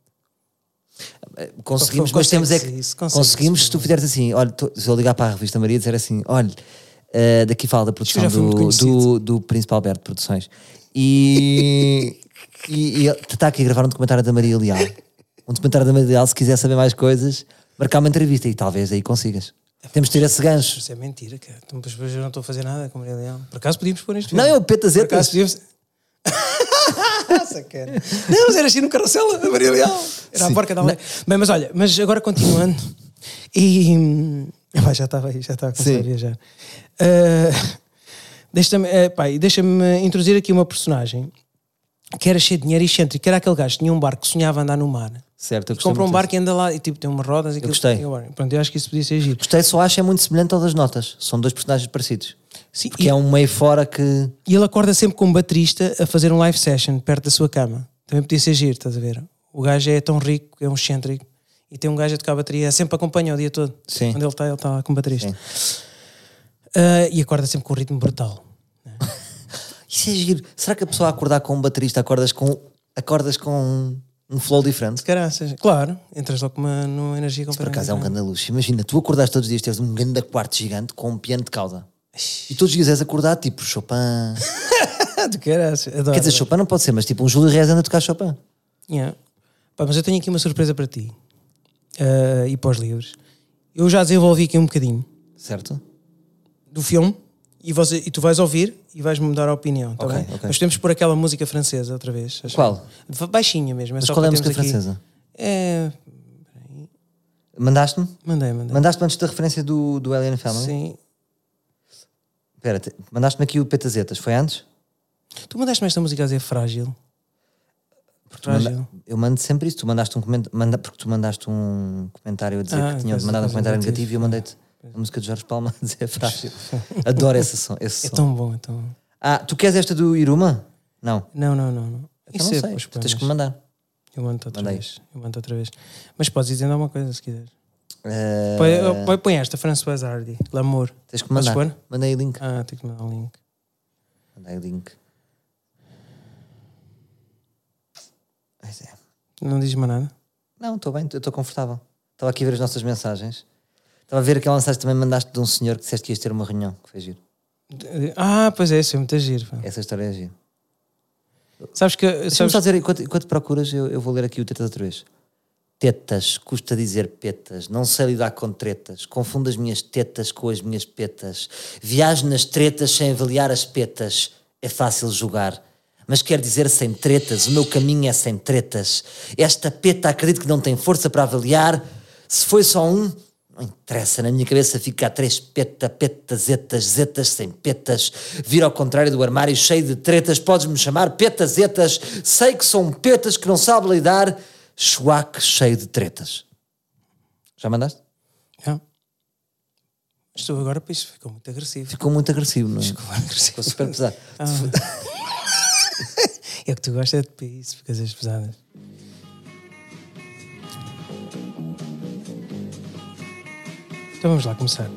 Conseguimos, Consegue-se mas temos é que. isso, consegue-se, conseguimos se tu por fizeres assim, olha, tô- se eu ligar para a revista Maria e dizer assim, olha, eh, daqui fala da produção já foi muito do, do, do Príncipe Alberto Produções. E, e, e ele está aqui a gravar um documentário da Maria Leal. Um documentário da Maria Leal, se quiser saber mais coisas, marcar uma entrevista e talvez aí consigas. É Temos de ter esse gancho. Isso é mentira, cara. Então, pois, pois, eu não estou a fazer nada com Maria Leão. Por acaso podíamos pôr isto? Não, é o Por Petazeta. acaso podíamos. Sacana. não, mas era assim no carrossel, a Maria Leão. Era a porca da aldeia. Bem, mas olha, mas agora continuando. E. hum, epá, já estava aí, já estava a começar Sim. a viajar. Ah, deixa-me, eh, pá, e deixa-me introduzir aqui uma personagem que era cheia de dinheiro e excêntrico, que era aquele gajo que tinha um barco que sonhava andar no mar. Certo, eu gostei Compra um muito barco e anda lá e tipo tem umas rodas e aquilo- gostei. e agora, Pronto, eu acho que isso podia ser giro. disso. Gostei, só acho é muito semelhante ao das notas. São dois personagens parecidos. Sim, Porque é um meio fora que. E ele acorda sempre com um baterista a fazer um live session perto da sua cama. Também podia ser giro, estás a ver? O gajo é tão rico, é um excêntrico. E tem um gajo a tocar bateria, sempre acompanha o dia todo. Sim. Quando ele está, ele está lá com o baterista. Ah, e acorda sempre com um ritmo brutal. Isso é giro. Será que a pessoa a acordar com um baterista acordas com, acordas com um, um flow diferente? Caraças, claro, entras logo com uma numa energia Por completamente. acaso é um grande luxo. Imagina, tu acordares todos os dias, teres um grande quarto gigante com um piano de cauda. E todos os dias és acordado tipo Chopin. Ah, de caraças, é adoro. um Quer dizer, Chopin não pode ser, mas tipo um Júlio Reis anda a tocar Chopin. Yeah. Pá, mas eu tenho aqui uma surpresa para ti. Ah, e para os livros. Eu já desenvolvi aqui um bocadinho. Certo? do filme e, você, e tu vais ouvir e vais mudar a opinião, tá Ok, bem? ok. Mas temos por aquela música francesa outra vez. acho. Qual? V- Baixinha mesmo. É Mas só qual é a para música termos aqui- francesa? É. Mandaste-me? Mandei, mandei. Mandaste-me antes da referência do, do Alien Family? Sim. Espera, te- mandaste-me aqui o Petazetas, foi antes? Tu mandaste-me esta música a dizer frágil. Tu manda- Então. Frágil. Eu mando sempre isso. Tu mandaste um comentário, porque tu mandaste um comentário a dizer Ah, que tinha pois, mandado um pois, comentário negativo, negativo e eu mandei-te a música de Jorge Palma a dizer frágil. Adoro esse som. Esse É som. tão bom, é tão bom. Ah, tu queres esta do Iruma? Não. Não, não, não. não. Então não é sei. depois Tu tens que pões. me mandar. Eu mando outra Manda aí. vez. Eu mando outra vez. Mas podes dizer alguma coisa se quiser. Eh, Põe, põe- põe esta, Françoise Hardy. L'amour. tens que me mandar. Posso pôr? Mandei o link. Ah, tenho que mandar um link. Mandei o link. Pois é. Não diz mais nada? Não, estou bem, estou confortável. Estava aqui a ver as nossas mensagens. Estava a ver aquela mensagem que também mandaste de um senhor que disseste que ias ter uma reunião, que foi giro. Ah, pois é, isso é muito giro. pá. Essa história é giro. Sabes que. Deixa-me Sabes... só dizer, enquanto, enquanto procuras, eu, eu vou ler aqui o tetas outra vez. Tetas, custa dizer petas, não sei lidar com tretas, confundo as minhas tetas com as minhas petas, viajo nas tretas sem avaliar as petas, é fácil julgar. Mas quer dizer sem tretas, o meu caminho é sem tretas. Esta peta acredito que não tem força para avaliar, se foi só um, Não interessa, na minha cabeça fica a três peta, peta, zetas, zetas sem petas. Vira ao contrário do armário cheio de tretas, podes-me chamar petas, zetas. Sei que são petas que não sabe lidar. Chuaque cheio de tretas. Já mandaste? Não. Estou agora, pois ficou muito agressivo. Ficou muito agressivo, não é? Ficou agressivo. Ficou super pesado. Ah. é que tu gostas de isso, porque as pesadas. Então vamos lá começar.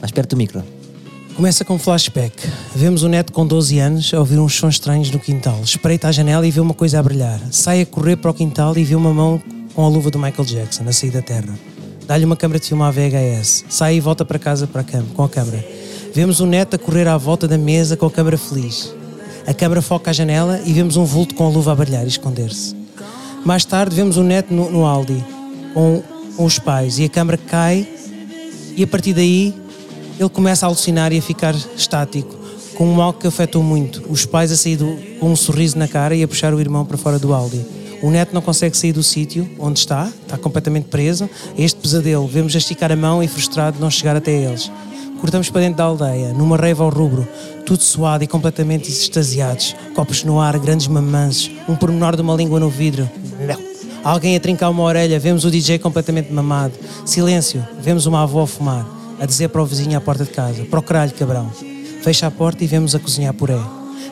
Mais perto do micro. Começa com um flashback. Vemos um neto com 12 anos a ouvir uns sons estranhos no quintal. Espreita a janela e vê uma coisa a brilhar. Sai a correr para o quintal e vê uma mão com a luva do Michael Jackson a sair da terra. Dá-lhe uma câmera de filmar VHS. Sai e volta para casa para a cama, com a câmera. Vemos um neto a correr à volta da mesa com a câmera feliz. A câmera foca a janela e vemos um vulto com a luva a brilhar e esconder-se. Mais tarde vemos um neto no, no Aldi com, com os pais e a câmera cai e a partir daí ele começa a alucinar e a ficar estático, com um algo que afetou muito. Os pais a sair do- com um sorriso na cara e a puxar o irmão para fora do Aldi. O neto não consegue sair do sítio onde está, está completamente preso. Este pesadelo, vemos a esticar a mão e frustrado não chegar até eles. Cortamos para dentro da aldeia, numa raiva ao rubro, tudo suado e completamente extasiados. Copos no ar, grandes mamances, um pormenor de uma língua no vidro. Não. Alguém a trincar uma orelha, vemos o DJ completamente mamado. Silêncio, vemos uma avó a fumar, a dizer para o vizinho à porta de casa: Procurar-lhe, cabrão. Fecha a porta e vemos a cozinhar puré.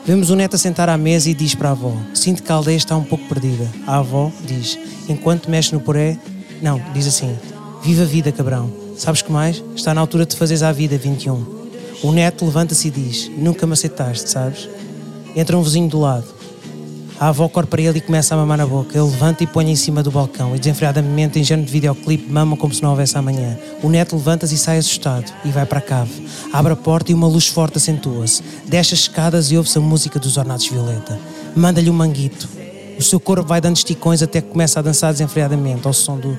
Vemos o neto a sentar à mesa e diz para a avó: Sinto que a aldeia está um pouco perdida. A avó diz: Enquanto mexe no puré, não, diz assim: Viva a vida, cabrão. Sabes que mais? Está na altura de fazeres à vida, 21. O neto levanta-se e diz: Nunca me aceitaste, sabes? Entra um vizinho do lado. A avó corre para ele e começa a mamar na boca. Ele levanta e põe em cima do balcão e desenfreadamente, em género de videoclipe, mama como se não houvesse amanhã. O neto levanta-se e sai assustado e vai para a cave. Abre a porta e uma luz forte acentua-se. Desce as escadas e ouve-se a música dos Ornatos Violeta. Manda-lhe um manguito. O seu corpo vai dando esticões até que começa a dançar desenfreadamente ao som do,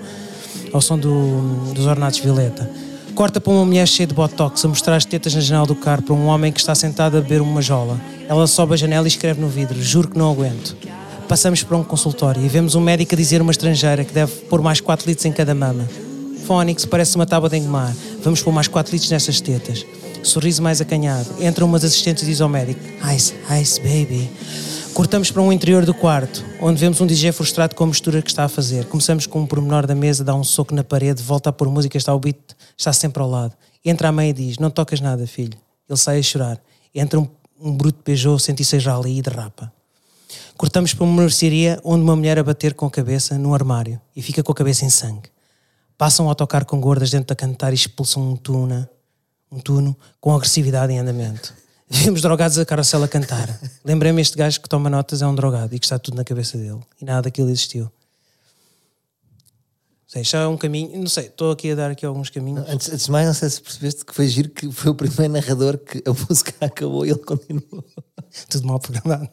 ao som do- dos ornatos violeta. Corta para uma mulher cheia de botox a mostrar as tetas na janela do carro para um homem que está sentado a beber uma jola. Ela sobe a janela e escreve no vidro: Juro que não aguento. Passamos para um consultório e vemos um médico a dizer a uma estrangeira que deve pôr mais 4 litros em cada mama. Fónix parece uma tábua de engomar. Vamos pôr mais 4 litros nestas tetas. Sorriso mais acanhado. Entra umas assistentes e diz ao médico: Ice, ice, baby. Cortamos para um interior do quarto, onde vemos um DJ frustrado com a mistura que está a fazer. Começamos com um pormenor da mesa, dá um soco na parede, volta a pôr música, está o beat, está sempre ao lado. Entra a mãe e diz: Não tocas nada, filho. Ele sai a chorar. Entra um, um bruto Peugeot 106 Rally e derrapa. Cortamos para uma mercearia onde uma mulher a bater com a cabeça num armário e fica com a cabeça em sangue. Passam a tocar com gordas dentro da cantar e expulsam um tuna, um tuno com agressividade em andamento. Vimos drogados a carrossel a cantar. Lembrei-me este gajo que toma notas é um drogado e que está tudo na cabeça dele. E nada daquilo existiu. Sei, já é um caminho, não sei, estou aqui a dar aqui alguns caminhos. Antes, antes de mais, não sei se percebeste que foi giro que foi o primeiro narrador que a música acabou e ele continuou. Tudo mal programado.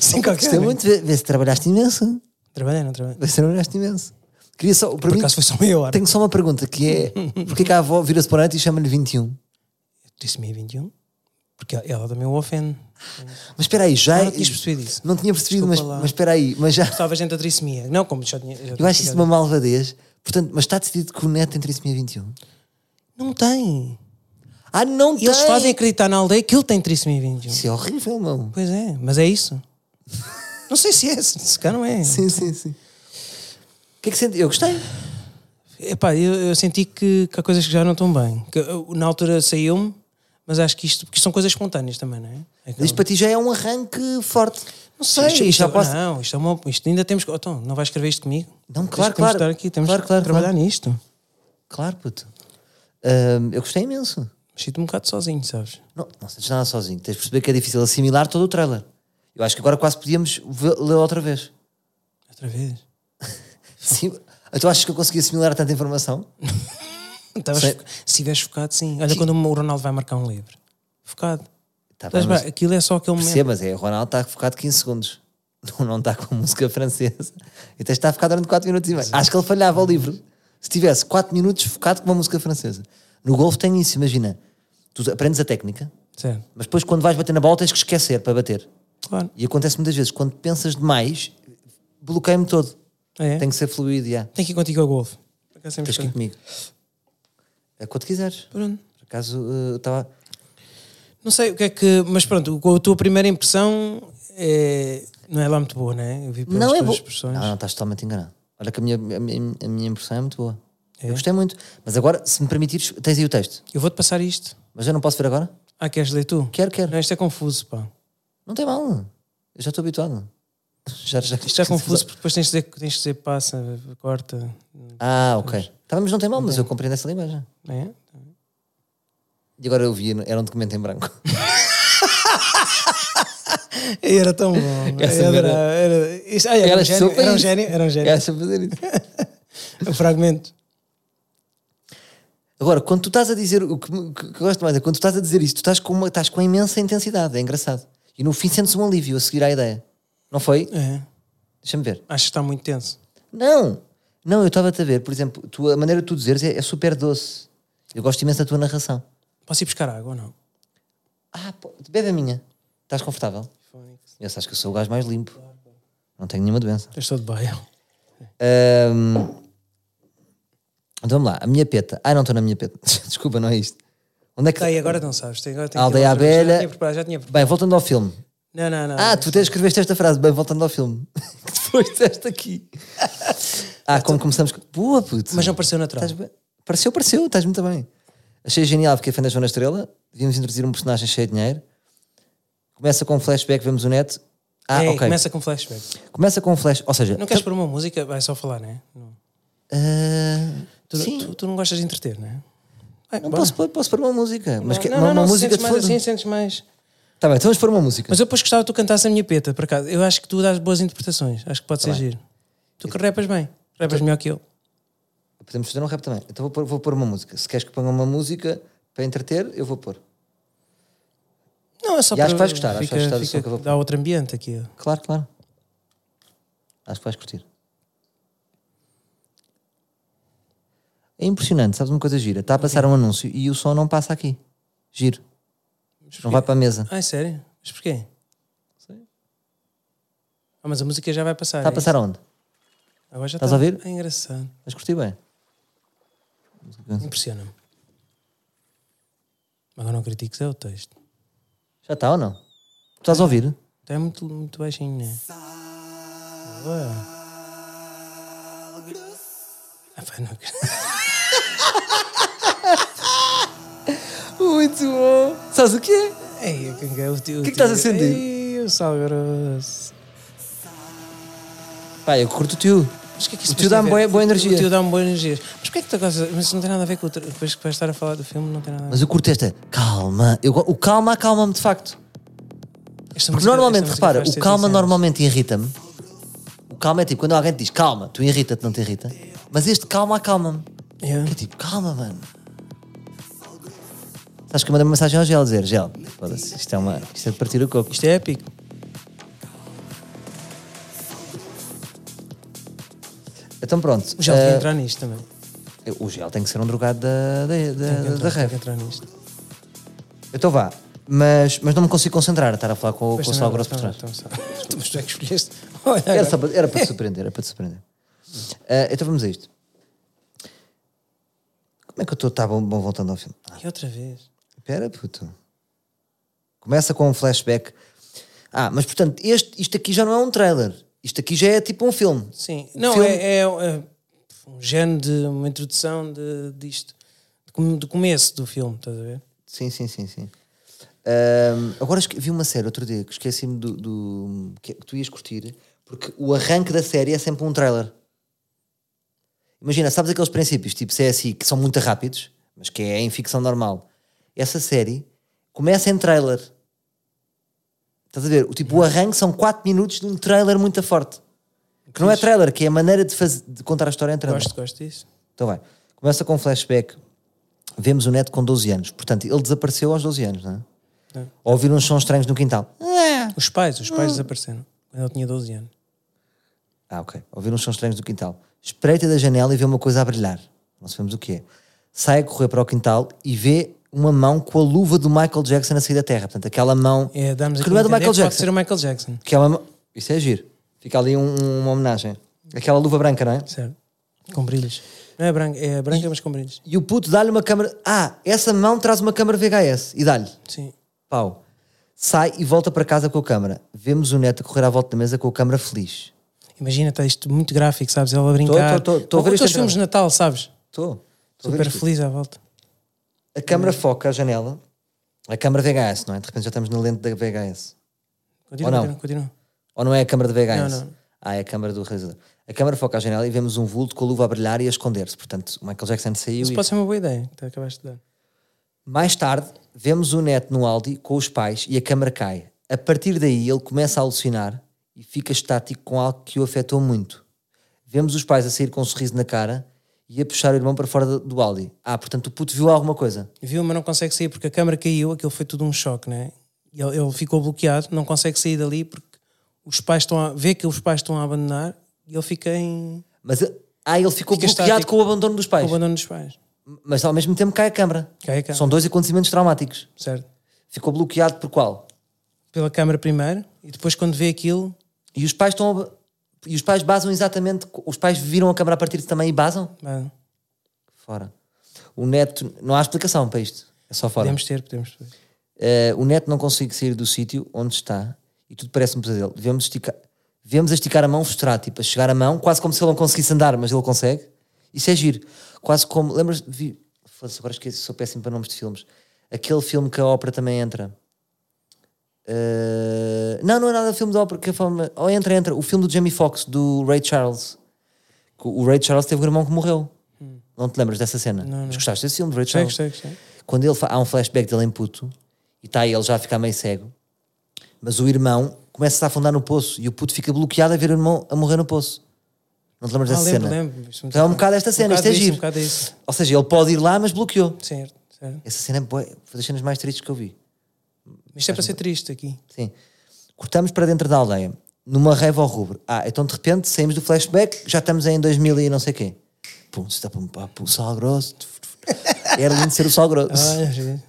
Sem qualquer. Gostei muito, vê, vê se trabalhaste imenso. Trabalhei, não trabalhei. Vê se trabalhaste imenso. Queria só, para Por mim, acaso foi só meia hora. tenho só uma pergunta que é: porquê que a avó vira-se para o neto e um? chama-lhe 21? Disse-me 21, porque ela também o ofende. Mas espera aí, já. é- Não tinhas percebido isso. Não tinha percebido, mas, Desculpa lá. mas espera aí, mas já. Estava gente a trissomia. Não, como já tinha. já Eu tinha acho isso ficado. uma malvadez. Portanto, mas está decidido que o neto tem trissomia 21? Não tem. Ah, não E eles tem! fazem acreditar na aldeia que ele tem trissomia 21. Isso é horrível, não. Pois é, mas é isso. não sei se é, se se cá não é. Sim, sim, sim. O que é que sente? Eu gostei. Epá, eu, eu senti que, que há coisas que já não estão bem. Que, eu, na altura saiu-me, mas acho que isto, porque isto são coisas espontâneas também, não é? Aquela- Isto para ti já é um arranque forte. não sei, Isto, isto, isto já posso- não, isto, é uma, isto ainda temos. que- Oh, Tom, não vais escrever isto comigo? Não, Tens- claro, temos claro. de estar aqui, temos Claro, que claro, trabalhar claro. nisto. Claro, puto. Ahm, eu gostei imenso. Sinto-me um bocado sozinho, sabes? Não, não sentes nada sozinho. Tens de perceber que é difícil assimilar todo o trailer. Eu acho que agora quase podíamos vê- ler outra vez. Outra vez. Sim. Tu achas que eu consegui assimilar tanta informação? Estavas Sei. foca- Se estiveres focado, sim. Olha, quando o Ronaldo vai marcar um livro, focado. Tá bem, Estás mas- bem, aquilo é só aquele momento. Percebo, mas é, o Ronaldo está focado 15 segundos. Não, não está com música francesa. Então está focado durante 4 minutos e meio. Acho que ele falhava ao livro. Se tivesse 4 minutos focado com uma música francesa. No golfe tem isso, imagina. Tu aprendes a técnica, Certo. mas depois quando vais bater na bola tens que esquecer para bater. Claro. E acontece muitas vezes, quando pensas demais, bloqueio-me todo. É. Tem que ser fluido, já. Tem que ir contigo ao golfe. Por acaso sempre Tens que ir estou- comigo. É quando quiseres. Pronto. Por acaso eh, eu estava. Não sei o que é que. Mas pronto, o- a tua primeira impressão é- não é lá muito boa, não é? Eu vi pelas Não é tuas boa. expressões. Não, não, estás totalmente enganado. Olha que a minha, a minha, a minha impressão é muito boa. É? Eu gostei muito. Mas agora, se me permitires, tens aí o texto. Eu vou-te passar isto. Mas eu não posso ver agora? Ah, queres ler tu? Quero, quero. Não, isto é confuso, pá. Não tem mal. Eu já estou habituado. Já, já... Isto é confuso porque depois tens de dizer, tens de dizer passa, corta. Ah, ok. Tá, mas não tem mal, mas eu compreendo essa linguagem. Não é? E agora eu vi, era um documento em branco. Era tão bom. Essa era, merda. era- isso- ai, era, um Era gênio, super era um isso. gênio, era um gênio. Era só fazer isso. Um fragmento. Agora, quando tu estás a dizer, o que, me- o que eu gosto mais é quando tu estás a dizer isso, tu estás com, uma, estás com imensa intensidade, é engraçado. E no fim sentes um alívio a seguir à ideia. Não foi? É. Deixa-me ver. Acho que está muito tenso. Não! Não, eu estava-te a ver, por exemplo, tu, a maneira de tu dizeres é, é super doce. Eu gosto imenso da tua narração. Posso ir buscar água ou não? Ah, pô, bebe a minha. Estás confortável? Eu acho que eu sou o gajo mais limpo. Não tenho nenhuma doença. Estou de baia. Ahm, Então vamos lá, a minha peta. Ai, não estou na minha peta. Desculpa, não é isto. Onde é que. Tá, e agora não sabes. Tem, agora tem A que ter aldeia outra vez. abelha. Já tinha preparado, já tinha preparado. Bem, voltando ao filme. Não, não, não. Ah, tu até escreveste esta frase, bem, voltando ao filme. que depois disseste aqui. Ah, como começamos. com- Boa, puto. Mas não pareceu natural. Estás bem- Pareceu, pareceu, estás muito bem. Achei genial porque a fã da Joana Estrela. Devíamos introduzir um personagem cheio de dinheiro. Começa com um flashback, vemos o neto. Ah, É, ok. Começa... Começa com flashback. com um flash. Ou seja, Não queres pôr uma música? Vai só falar, né? não ah, Tu, sim, tu, tu não gostas de entreter, né? Vai, não bora. posso, pôr- posso pôr uma música. Mas que- não, uma, não, não, uma se música de sentes mais fundo. assim, sentes mais. Tá bem, então vamos pôr uma música. Mas eu depois gostava que tu cantasses a minha peta, por acaso. Eu acho que tu dás boas interpretações. Acho que Tá pode ser giro. Tu que repas bem. Repas melhor que eu. Podemos fazer um rap também. Então vou pôr, vou pôr uma música. Se queres que ponha uma música para entreter, eu vou pôr. Não, é só E para... acho que vais gostar, acho que fica, vais gostar do som fica, que eu vou pôr. Dá outro ambiente aqui. ó. Claro, claro. Acho que vais curtir. É impressionante, sabes uma coisa gira? Está a passar um anúncio e o som não passa aqui. Giro. Não vai para a mesa. Ai, Ah, é sério? Mas porquê? Ah, mas a música já vai passar. Está Tá a é? passar onde? Agora já Estás tá- a ouvir? É engraçado. Mas curti bem. Impressiona-me. Agora não critiques, é o texto. Já está ou não? Tu estás a ouvir? Está é muito, muito baixinho, né? Boa. Ah, pá, não. Muito bom! Sabes o que é? Ei, eu canguei o tio. O que estás a sentir? Ei, o sal grosso. Pá, eu curto o tio. Mas o que é que O tio dá-me boa- boa energia. O tio dá-me boa energia. Mas porquê é que tu gostas? Mas isso não tem nada a ver com o. tr- Depois que vais estar a falar do filme, não tem nada a ver. Mas eu curto esta. Calma. Eu, go- o calma acalma-me de facto. Esta Porque música- normalmente, esta música repara, faz-te o calma sentir- normalmente irrita-me. O calma é tipo, quando alguém te diz calma, tu irrita-te, não te irrita. Mas este calma acalma-me. Yeah. Que é tipo, calma, mano. Sabes que eu mandei uma mensagem ao Gel dizer, Gel, foda-se, isto é, uma, isto é de partir o coco. Isto é épico. Então pronto. Já devia eh, entrar nisto também. o Gel tem que ser um drogado da, da, da, Tem que eh, da, entrar, tem que rave. entrar nisto. Então vá. Mas, mas não me consigo concentrar a estar a falar com, o- Pois com o também, Sal Grosso por também, trás. também, também. Mas tu é que escolheste. Olha, Era, agora. só para, era para te surpreender, era para te surpreender. Eh, então vamos a isto. Como é que eu estou? Tá bom, bom, voltando ao filme. E outra vez. Espera, puto. Começa com um flashback. Ah, mas portanto, este, isto aqui já não é um trailer. Isto aqui já é tipo um filme. Sim. Não, Filme. é, é, é um género de uma introdução de, disto. De com- Do começo do filme, estás a ver? Sim, sim, sim, sim. Ahm, agora esque- vi uma série outro dia que esqueci-me do, do- que, que tu ias curtir, porque o arranque da série é sempre um trailer. Imagina, sabes aqueles princípios tipo CSI que são muito rápidos, mas que é em ficção normal. Essa série começa em trailer. Estás a ver? O tipo o arranque são 4 minutos de um trailer muito forte. Que não é trailer, que é a maneira de, faz- de contar a história em trailer. Gosto, gosto disso. Então vai. Começa com um flashback. Vemos o neto com 12 anos. Portanto, ele desapareceu aos 12 anos, não é? É. Ouvir uns sons estranhos no quintal. Os pais, os pais desapareceram quando ele tinha 12 anos. Ah, ok. Ouvir uns sons estranhos no quintal. Espreita da janela e vê uma coisa a brilhar. Não sabemos o que é. Sai a correr para o quintal e vê uma mão com a luva do Michael Jackson a sair da terra. Portanto, aquela mão. É, damos que aqui não é a do entender Michael que Pode Jackson. ser o Michael Jackson, Aquela mão- um, Isso é giro. Fica ali um- uma homenagem. Aquela luva branca, não é? certo? Com brilhos. Não é branca, é branca, mas com brilhos. E o puto dá-lhe uma câmara. Ah, essa mão traz uma câmara VHS e dá-lhe. Sim. Pau. Sai e volta para casa com a câmara. Vemos o neto a correr à volta da mesa com a câmara feliz. Imagina, está isto muito gráfico, sabes? Ela a brincar. tô- tô- tô a Ou ver isto aqueles filmes de Natal, sabes? Estou. Super feliz à volta. A câmara foca a janela. A câmara VHS, não é? De repente já estamos na lente da VHS. Continua, Ou não? continua, continua. Ou não é a câmara de VHS? Não, não. Ah, é a câmara do realizador. A câmara foca à janela e vemos um vulto com a luva a brilhar e a esconder-se. Portanto, o Michael Jackson saiu Isso e... pode ser uma boa ideia que tu acabaste de dar. Mais tarde, vemos o neto no Aldi com os pais e a câmara cai. A partir daí, ele começa a alucinar e fica estático com algo que o afetou muito. Vemos os pais a sair com um sorriso na cara e a puxar o irmão para fora do- do Aldi. Ah, portanto, o puto viu alguma coisa. Viu, mas não consegue sair porque a câmara caiu, aquilo foi tudo um choque, né? E Ele, ele ficou bloqueado, não consegue sair dali porque os pais estão a. vê que os pais estão a abandonar e ele fica em. Mas, ele- ah, ele ficou Fica bloqueado estático. com o abandono dos com o pais. abandono dos pais, Mas ao mesmo tempo cai a câmara. Cai a câmara. São dois acontecimentos traumáticos. certo? Ficou bloqueado por qual? Pela câmara primeiro e depois quando vê aquilo, E os pais estão. a- E os pais basam exatamente. Os pais viram a câmara a partir de também e basam? pá, Fora. O neto. Não há explicação para isto. É só fora. podemos ter, podemos ter. Eh, o neto não consegue sair do sítio onde está e tudo parece um pesadelo. Vemos, esticar, vemos a esticar a mão frustrado, tipo, a chegar a mão, quase como se ele não conseguisse andar, mas ele consegue. Isso é giro. Quase como. Lembras? Vi, foda-se, agora esqueci, sou péssimo para nomes de filmes. Aquele filme que a ópera também entra. Eh, não, não é nada filme de ópera. Que a forma, oh, entra, entra. O filme do Jamie Foxx, do Ray Charles. Que O Ray Charles teve um irmão que morreu. Hum. Não te lembras dessa cena? Mas gostaste desse filme do Ray Gostei, Charles? gostei, gostei. quando ele fa- há um flashback dele em puto e está ele já a ficar meio cego, mas o irmão começa a afundar no poço e o puto fica bloqueado a ver o irmão a morrer no poço. Não te lembras Ah, dessa lembro, cena? lembro. Isto Então é um bocado esta cena, isto é bocado disso, giro. Um bocado disso. Ou seja, ele pode ir lá, mas bloqueou. Certo, certo. Essa cena é bué- foi das cenas mais tristes que eu vi. Isto é para ser triste aqui. Sim. Cortamos para dentro da aldeia, numa raiva ao rubro. Ah, então de repente saímos do flashback, já estamos em 2000 e não sei quê. Pum, se está pum, pá, pum, sal grosso. Era lindo ser o sal grosso. Ah, giro.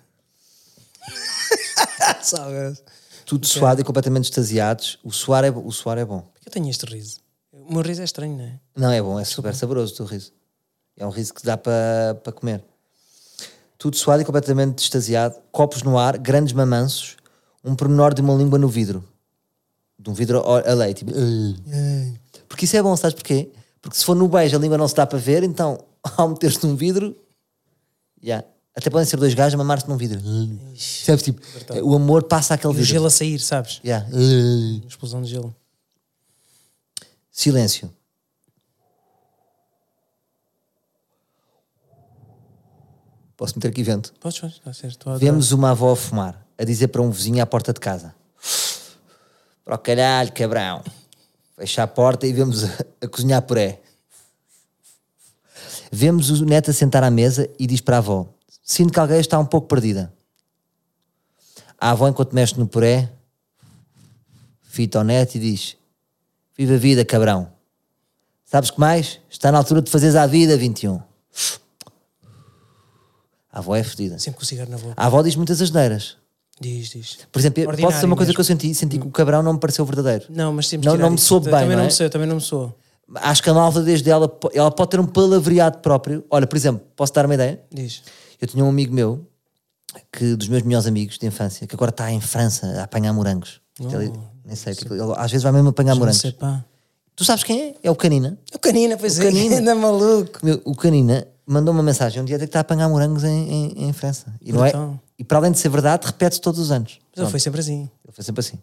Salve. Tudo suado e completamente extasiados. O suar é, bo- o suar é bom. Porquê eu tenho este riso? O meu riso é estranho, não é? Não, é bom, é super saboroso o teu riso. É um riso que dá para para comer. Tudo suado e completamente extasiado, copos no ar, grandes mamanços, um pormenor de uma língua no vidro. De um vidro a a leite. Tipo, "Ugh". Porque isso é bom, sabes porquê? Porque se for no beijo a língua não se dá para ver, então ao meter-se num vidro. já Até podem ser dois gajos a mamar-se num vidro. Sabes? Tipo, o amor passa aquele E o vidro. gelo a sair, sabes? Ya. "Ugh". Uma explosão de gelo. Silêncio. Posso meter aqui vento? Podes, podes, está certo. Estou a adorar. Vemos uma avó a fumar, a dizer para um vizinho à porta de casa: Para o caralho, cabrão. Fecha a porta e vemos a, a cozinhar puré. Vemos o neto a sentar à mesa e diz para a avó: Sinto que alguém está um pouco perdida. A avó, enquanto mexe no puré, fita o neto e diz: Viva a vida, cabrão. Sabes que mais? Está na altura de fazeres à vida, 21. A avó é fodida. Sempre com o cigarro na boca. A avó diz muitas asneiras. Diz, diz. Por exemplo, eu- Ordinário posso dizer uma coisa mesmo. Hum. que eu senti? Senti que o cabrão não me pareceu verdadeiro. Não, mas temos Não- que tirar não me isso. soube bem, Também não não é? me soube, também não me soube. Acho que a malvadez dela po- ela pode ter um palavreado próprio. Olha, por exemplo, posso dar uma ideia? Diz. Eu tinha um amigo meu, que dos meus melhores amigos de infância, que agora está em França a apanhar morangos. Ele- nem sei, tipo, ele às vezes vai mesmo apanhar Oh, Não morangos. sei, pá. Tu sabes quem é? É o Canina. O canina, pois é. canina. Ainda maluco. Meu, O Canina mandou uma mensagem um dia até que está a apanhar morangos em, em- em França. E, não é, Brutal. e para além de ser verdade, repete-se todos os anos. Então. Mas ele foi sempre assim. Ele foi sempre assim.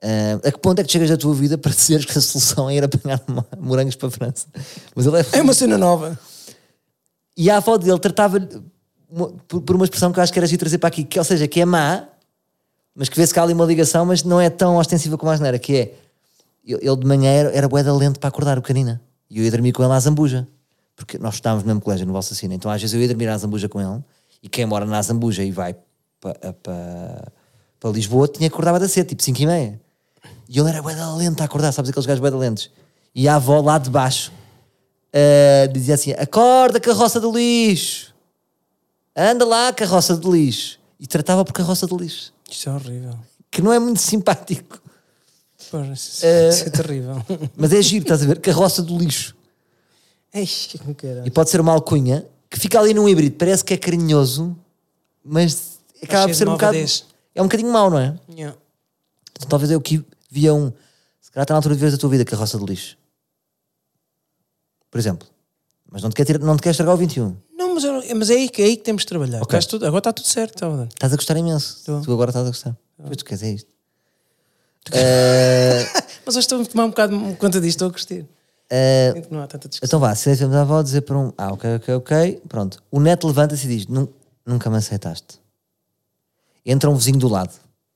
Ah, a que ponto é que chegas da tua vida para dizeres que a solução é ir apanhar mo- morangos para a França? Mas ele é... É uma cena nova. E a avó dele tratava-lhe uma- por, por uma expressão que eu acho que era de trazer para aqui, que, ou seja, que é má, mas que vê-se que há ali uma ligação, mas não é tão ostensiva como a asneira, que é ele ele de manhã era, era bué da lento para acordar o canina e eu ia dormir com ele à Zambuja porque nós estávamos no mesmo colégio no Valsacina então às vezes eu ia dormir à Zambuja com ele e quem mora na Zambuja e vai para pa, pa Lisboa tinha que acordar bué da cedo tipo 5 e meia e ele era bué da lento a acordar sabes aqueles gajos bué da lentos e a avó lá de baixo ah, dizia assim acorda carroça de lixo anda lá carroça de lixo e tratava por carroça de lixo Isto é horrível. que não é muito simpático Eh. Pô, isso, isso é terrível. mas é giro, estás a ver? Carroça do lixo. Ei, que caralho. E pode ser uma alcunha que fica ali num híbrido, parece que é carinhoso, mas acaba cheio por de ser um bocado. malvadez. É um bocadinho mau, não é? Yeah. Então, talvez eu que via um. Se calhar está na altura de veres a tua vida carroça de lixo. Por exemplo. Mas não te quer, tirar- não te quer estragar o 21. Não, mas, eu não- mas é, aí, que- é aí que temos de trabalhar. Ok. Estás tudo- agora está tudo certo, tá, Dano? Estás a gostar imenso. Tô. Tu agora estás a gostar. Pois tu queres é isto. Eh, Mas hoje estou a tomar um bocado de conta disto, estou a curtir. eh, Sinto que Não há tanta discussão. então vá, silêncio da avó, dizer para um. Ah, ok, ok, ok. Pronto. O neto levanta-se e diz: "Nun- Nunca me aceitaste. Entra um vizinho do lado.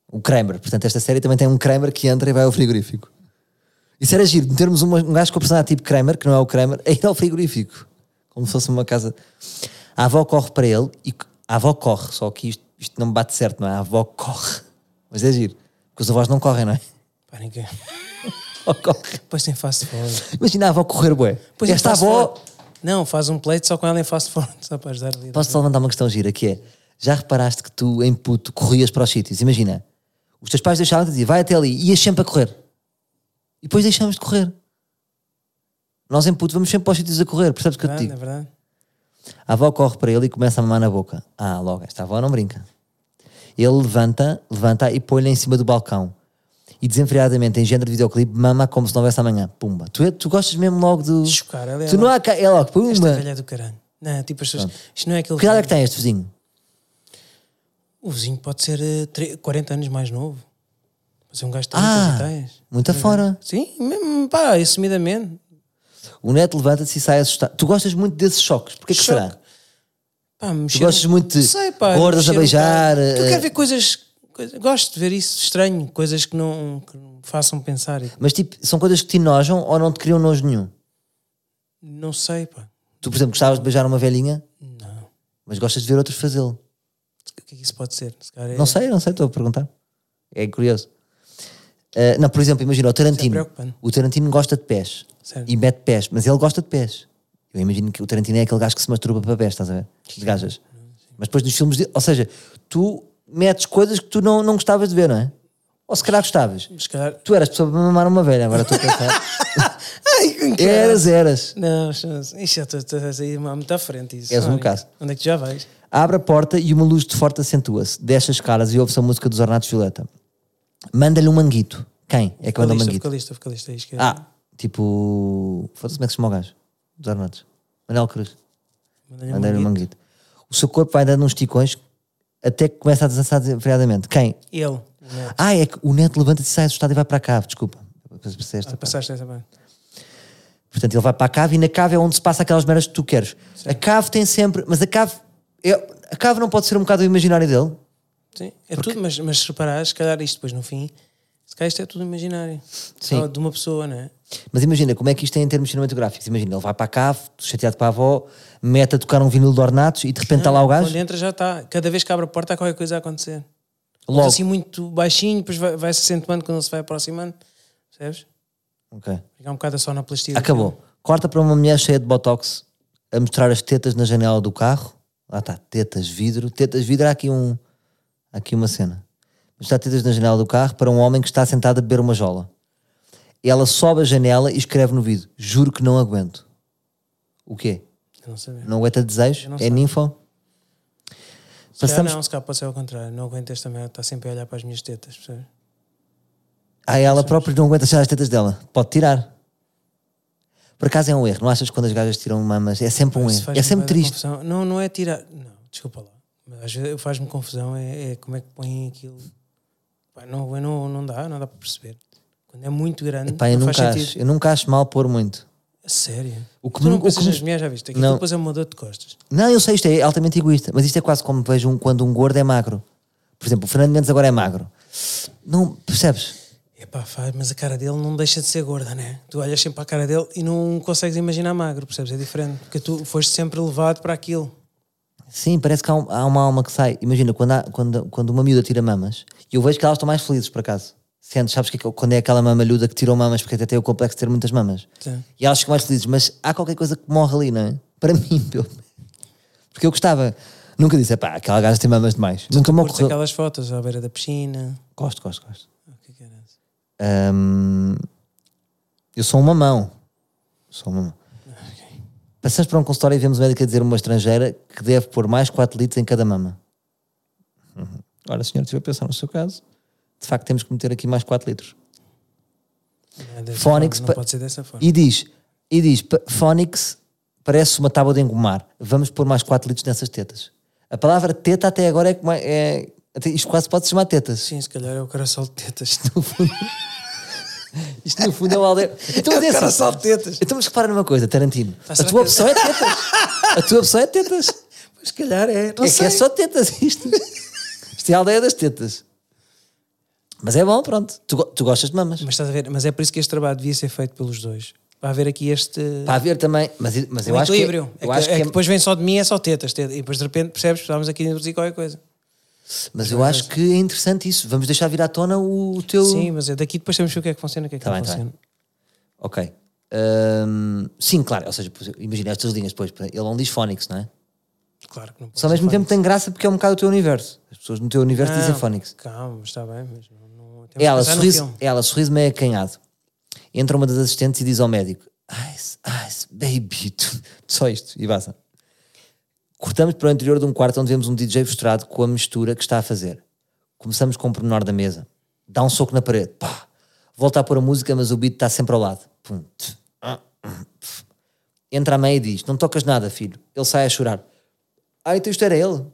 O Kramer. Portanto, esta série também tem um Kramer que entra e vai ao frigorífico. Isso era giro, termos uma- um gajo com a personalidade tipo Kramer, que não é o Kramer, a ir ao frigorífico. Como se fosse uma casa. A avó corre para ele e c- a avó corre, só que isto, isto não me bate certo, não é? A avó corre. Mas é giro, porque os avós não correm, não é? Pá, ninguém- A avó corre. Depois tem fast forward. Imagina a avó correr, bué. Depois tem Esta fast avó. forward. Não, faz um plate só com ela em fast forward, só para ajudar ali. Posso só levantar uma questão gira que é: já reparaste que tu, em puto, corrias para os sítios? Imagina, os teus pais deixavam-te dizer, vai até ali, e ias sempre a correr. E depois deixamos de correr. Nós, em puto, vamos sempre para os sítios a correr, percebes o que eu te Verdade, digo? é verdade. A avó corre para ele e começa a mamar na boca. Ah, logo, esta avó não brinca. Ele levanta, levanta e põe-lhe em cima do balcão. E desenfreadamente, em género de videoclipe, mama como se não houvesse amanhã. Pumba. Tu, é- tu gostas mesmo logo do. Chocar, ela é Tu não logo- há. ca- É logo, Esta pumba. velha é do caralho. Não, tipo as pessoas. Isto não é aquele. Que idade é que tem este vizinho? O vizinho pode ser eh, tre- 40 anos mais novo. Mas é um gajo de 30 Ah, vitais. muito afora. Sim, mesmo, pá, assumidamente. O neto levanta-se e sai assustado. Tu gostas muito desses choques. Porquê que Choque. será? Pá, mexer- gostas muito de Sei, pá, gordas a mexer um beijar, bocado. Que Eu eh, quero ver coisas. coisa- Gosto de ver isso estranho, coisas que não, que não me façam pensar. e- Mas tipo, são coisas que te enojam ou não te criam nojo nenhum? Não sei, pá. Tu, por exemplo, gostavas de beijar uma velhinha, Não. mas gostas de ver outros fazê-lo. O que é que isso pode ser? Se calhar é- Não sei, não sei, estou a perguntar. É curioso. Ah, não, por exemplo, imagina o Tarantino. é preocupante. O Tarantino gosta de pés. Certo. E mete pés, mas ele gosta de pés. Eu imagino que o Tarantino é aquele gajo que se masturba para pés, estás a ver? De gajas. Mas depois nos filmes. De... Ou seja, tu metes coisas que tu não, não gostavas de ver, não é? Ou se calhar gostavas. Se calhar. Tu eras pessoa para mamar uma velha, agora estou a pensar. eras, eras. Não, isto já estou- estou a sair muito à frente. Isso. És um Olha, bocado. Onde é que tu já vais? Abre a porta e uma luz de forte acentua-se. Deixa as caras e ouve-se a música dos Ornatos Violeta. Manda-lhe um manguito. Quem é que manda o Vocalista, manguito? vocalista, vocalista. à esquerda. Ah, tipo. Foda-se como é que se chama o gajo dos Ornatos. Manuel Cruz. Mandei-lhe um Manda-lhe um manguito. manguito. O seu corpo vai dando uns ticões até que começa a dançar desenfreadamente. Quem? Ele. Não. Ah, é que o neto levanta-se e sai assustado e vai para a cave. Desculpa. Percebeste esta Ah, parte? passaste essa parte. Portanto, ele vai para a cave e na cave é onde se passa aquelas merdas que tu queres. A cave tem sempre. Mas a cave. é- a cave não pode ser um bocado o imaginário dele. Sim, é tudo, mas, mas se reparares, se calhar isto depois no fim, se calhar isto é tudo imaginário. Sim. Só De uma pessoa, não é? Mas imagina como é que isto é em termos cinematográficos. Imagina, ele vai para a cave, chateado com a avó, mete a tocar um vinil de ornatos e de repente está lá o Quando gajo. entra já está. Cada vez que abre a porta há qualquer coisa a acontecer. Logo. Assim muito baixinho, depois vai- vai-se acentuando quando ele se vai aproximando. Percebes? Ok. Fica um bocado só na plastia. Acabou. Corta para uma mulher cheia de botox a mostrar as tetas na janela do carro. Lá está, tetas, vidro. Tetas, vidro, há aqui, um, há aqui uma cena. Mostrar tetas na janela do carro para um homem que está sentado a beber uma jola. Ela sobe a janela e escreve no vidro: Juro que não aguento. O quê? assim. Eu Não sabia. Não aguenta desejo? não É sei. ninfo? Se calhar Passamos. não, se calhar pode ser ao contrário. Não aguento esta merda, está sempre a olhar para as minhas tetas. Percebes? Ah, ela própria não aguenta tirar as tetas dela. Pode tirar. Por acaso é um erro, não achas que quando as gajas tiram mamas é sempre um Isso erro? faz-me É sempre bué da triste. confusão. Não, não é tirar. Não, desculpa lá. Mas às vezes faz-me confusão é, é como é que põem aquilo. Pá, não, eu não, não dá, não dá para perceber. Quando é muito grande, Pá, eu não faz nunca, acho, sentido. eu nunca acho mal pôr muito. A Sério. O que tu me- não o pensas que me- nas mulheres, já viste? Aquilo Não. depois é uma dor de costas. Não, eu sei, isto é altamente egoísta, mas isto é quase como vejo um, quando um gordo é magro. Por exemplo, o Fernando Mendes agora é magro. Não, percebes? Epá, faz, mas a cara dele não deixa de ser gorda, né? Tu olhas sempre para a cara dele e não consegues imaginar magro, percebes? É diferente. Porque tu foste sempre levado para aquilo. Sim, parece que há, um- há uma alma que sai. Imagina, quando, há- quando, quando uma miúda tira mamas, e eu vejo que elas estão mais felizes, por acaso. Sentes, sabes que é que- quando é aquela mamalhuda que tirou mamas, porque até tem o complexo de ter muitas mamas. Sim. E elas ficam mais felizes, mas há qualquer coisa que morre ali, não é? Para mim, pelo menos. Porque eu gostava. Nunca disse, pá, aquela gaja tem mamas demais. Nunca me Curtes ocorreu. aquelas fotos à beira da piscina. Gosto, gosto, gosto. O que é que era isso? Hum, eu sou um mamão. Sou um mamão. Passamos para um consultório e vemos o médico a dizer a uma estrangeira que deve pôr mais 4 litros em cada mama. Uhum. Ora, senhor, estive a pensar no seu caso. De facto, temos que meter aqui mais 4 litros. Não é dessa Fónix forma, pa- Não pode ser dessa forma. E diz, e diz, "Pa- Phonics parece uma tábua de engomar. Vamos pôr mais 4 litros nessas tetas. A palavra teta até agora é, que mais- é até- isto quase pode se chamar tetas. Sim, se calhar é o caraçal de tetas. Isto no fundo é o aldeia. Então, mas é assim. caraçal de tetas. Então, mas repara numa coisa, Tarantino. Ah, a será tua que- opção é tetas. A tua opção é tetas. Mas se calhar é. Não é que sei. é só tetas isto. Isto é a aldeia das tetas. Mas é bom, pronto. Tu, go- tu gostas de mamas. Mas estás a ver? Mas é por isso que este trabalho devia ser feito pelos dois. Para haver aqui este. Para ver também. Mas, mas eu um acho que. equilíbrio. é, Eu que, acho é que que é- depois vem só de mim, é só tetas. tetas. E depois de repente percebes, estávamos aqui a introduzir qualquer coisa. Mas eu acho que é interessante isso. Vamos deixar vir à tona o, o teu. Sim, mas é daqui depois temos que ver o que é que funciona, o que é que Tá não bem, tá funciona. Ok. Hum, sim, claro. Ou seja, imagina estas linhas depois. Ele não diz fónix, não é? Claro que não pode Só ao ser mesmo tempo fónix. tem graça porque é um bocado o teu universo. As pessoas no teu universo dizem Não, fónix. Calma, mas está bem, mas não. não temos que Ela pensar no sorriso, filme. ela sorriso meio acanhado. Entra uma das assistentes e diz ao médico: Ice, ice, baby. tu." Só isto e vaza. Cortamos para o interior de um quarto onde vemos um DJ frustrado com a mistura que está a fazer. Começamos com o pormenor da mesa. Dá um soco na parede. Pá. Volta a pôr a música, mas o beat está sempre ao lado. Pum, tch, ah, hum, pf. Entra a mãe e diz: Não tocas nada, filho. Ele sai a chorar. Ah, então isto era ele. Não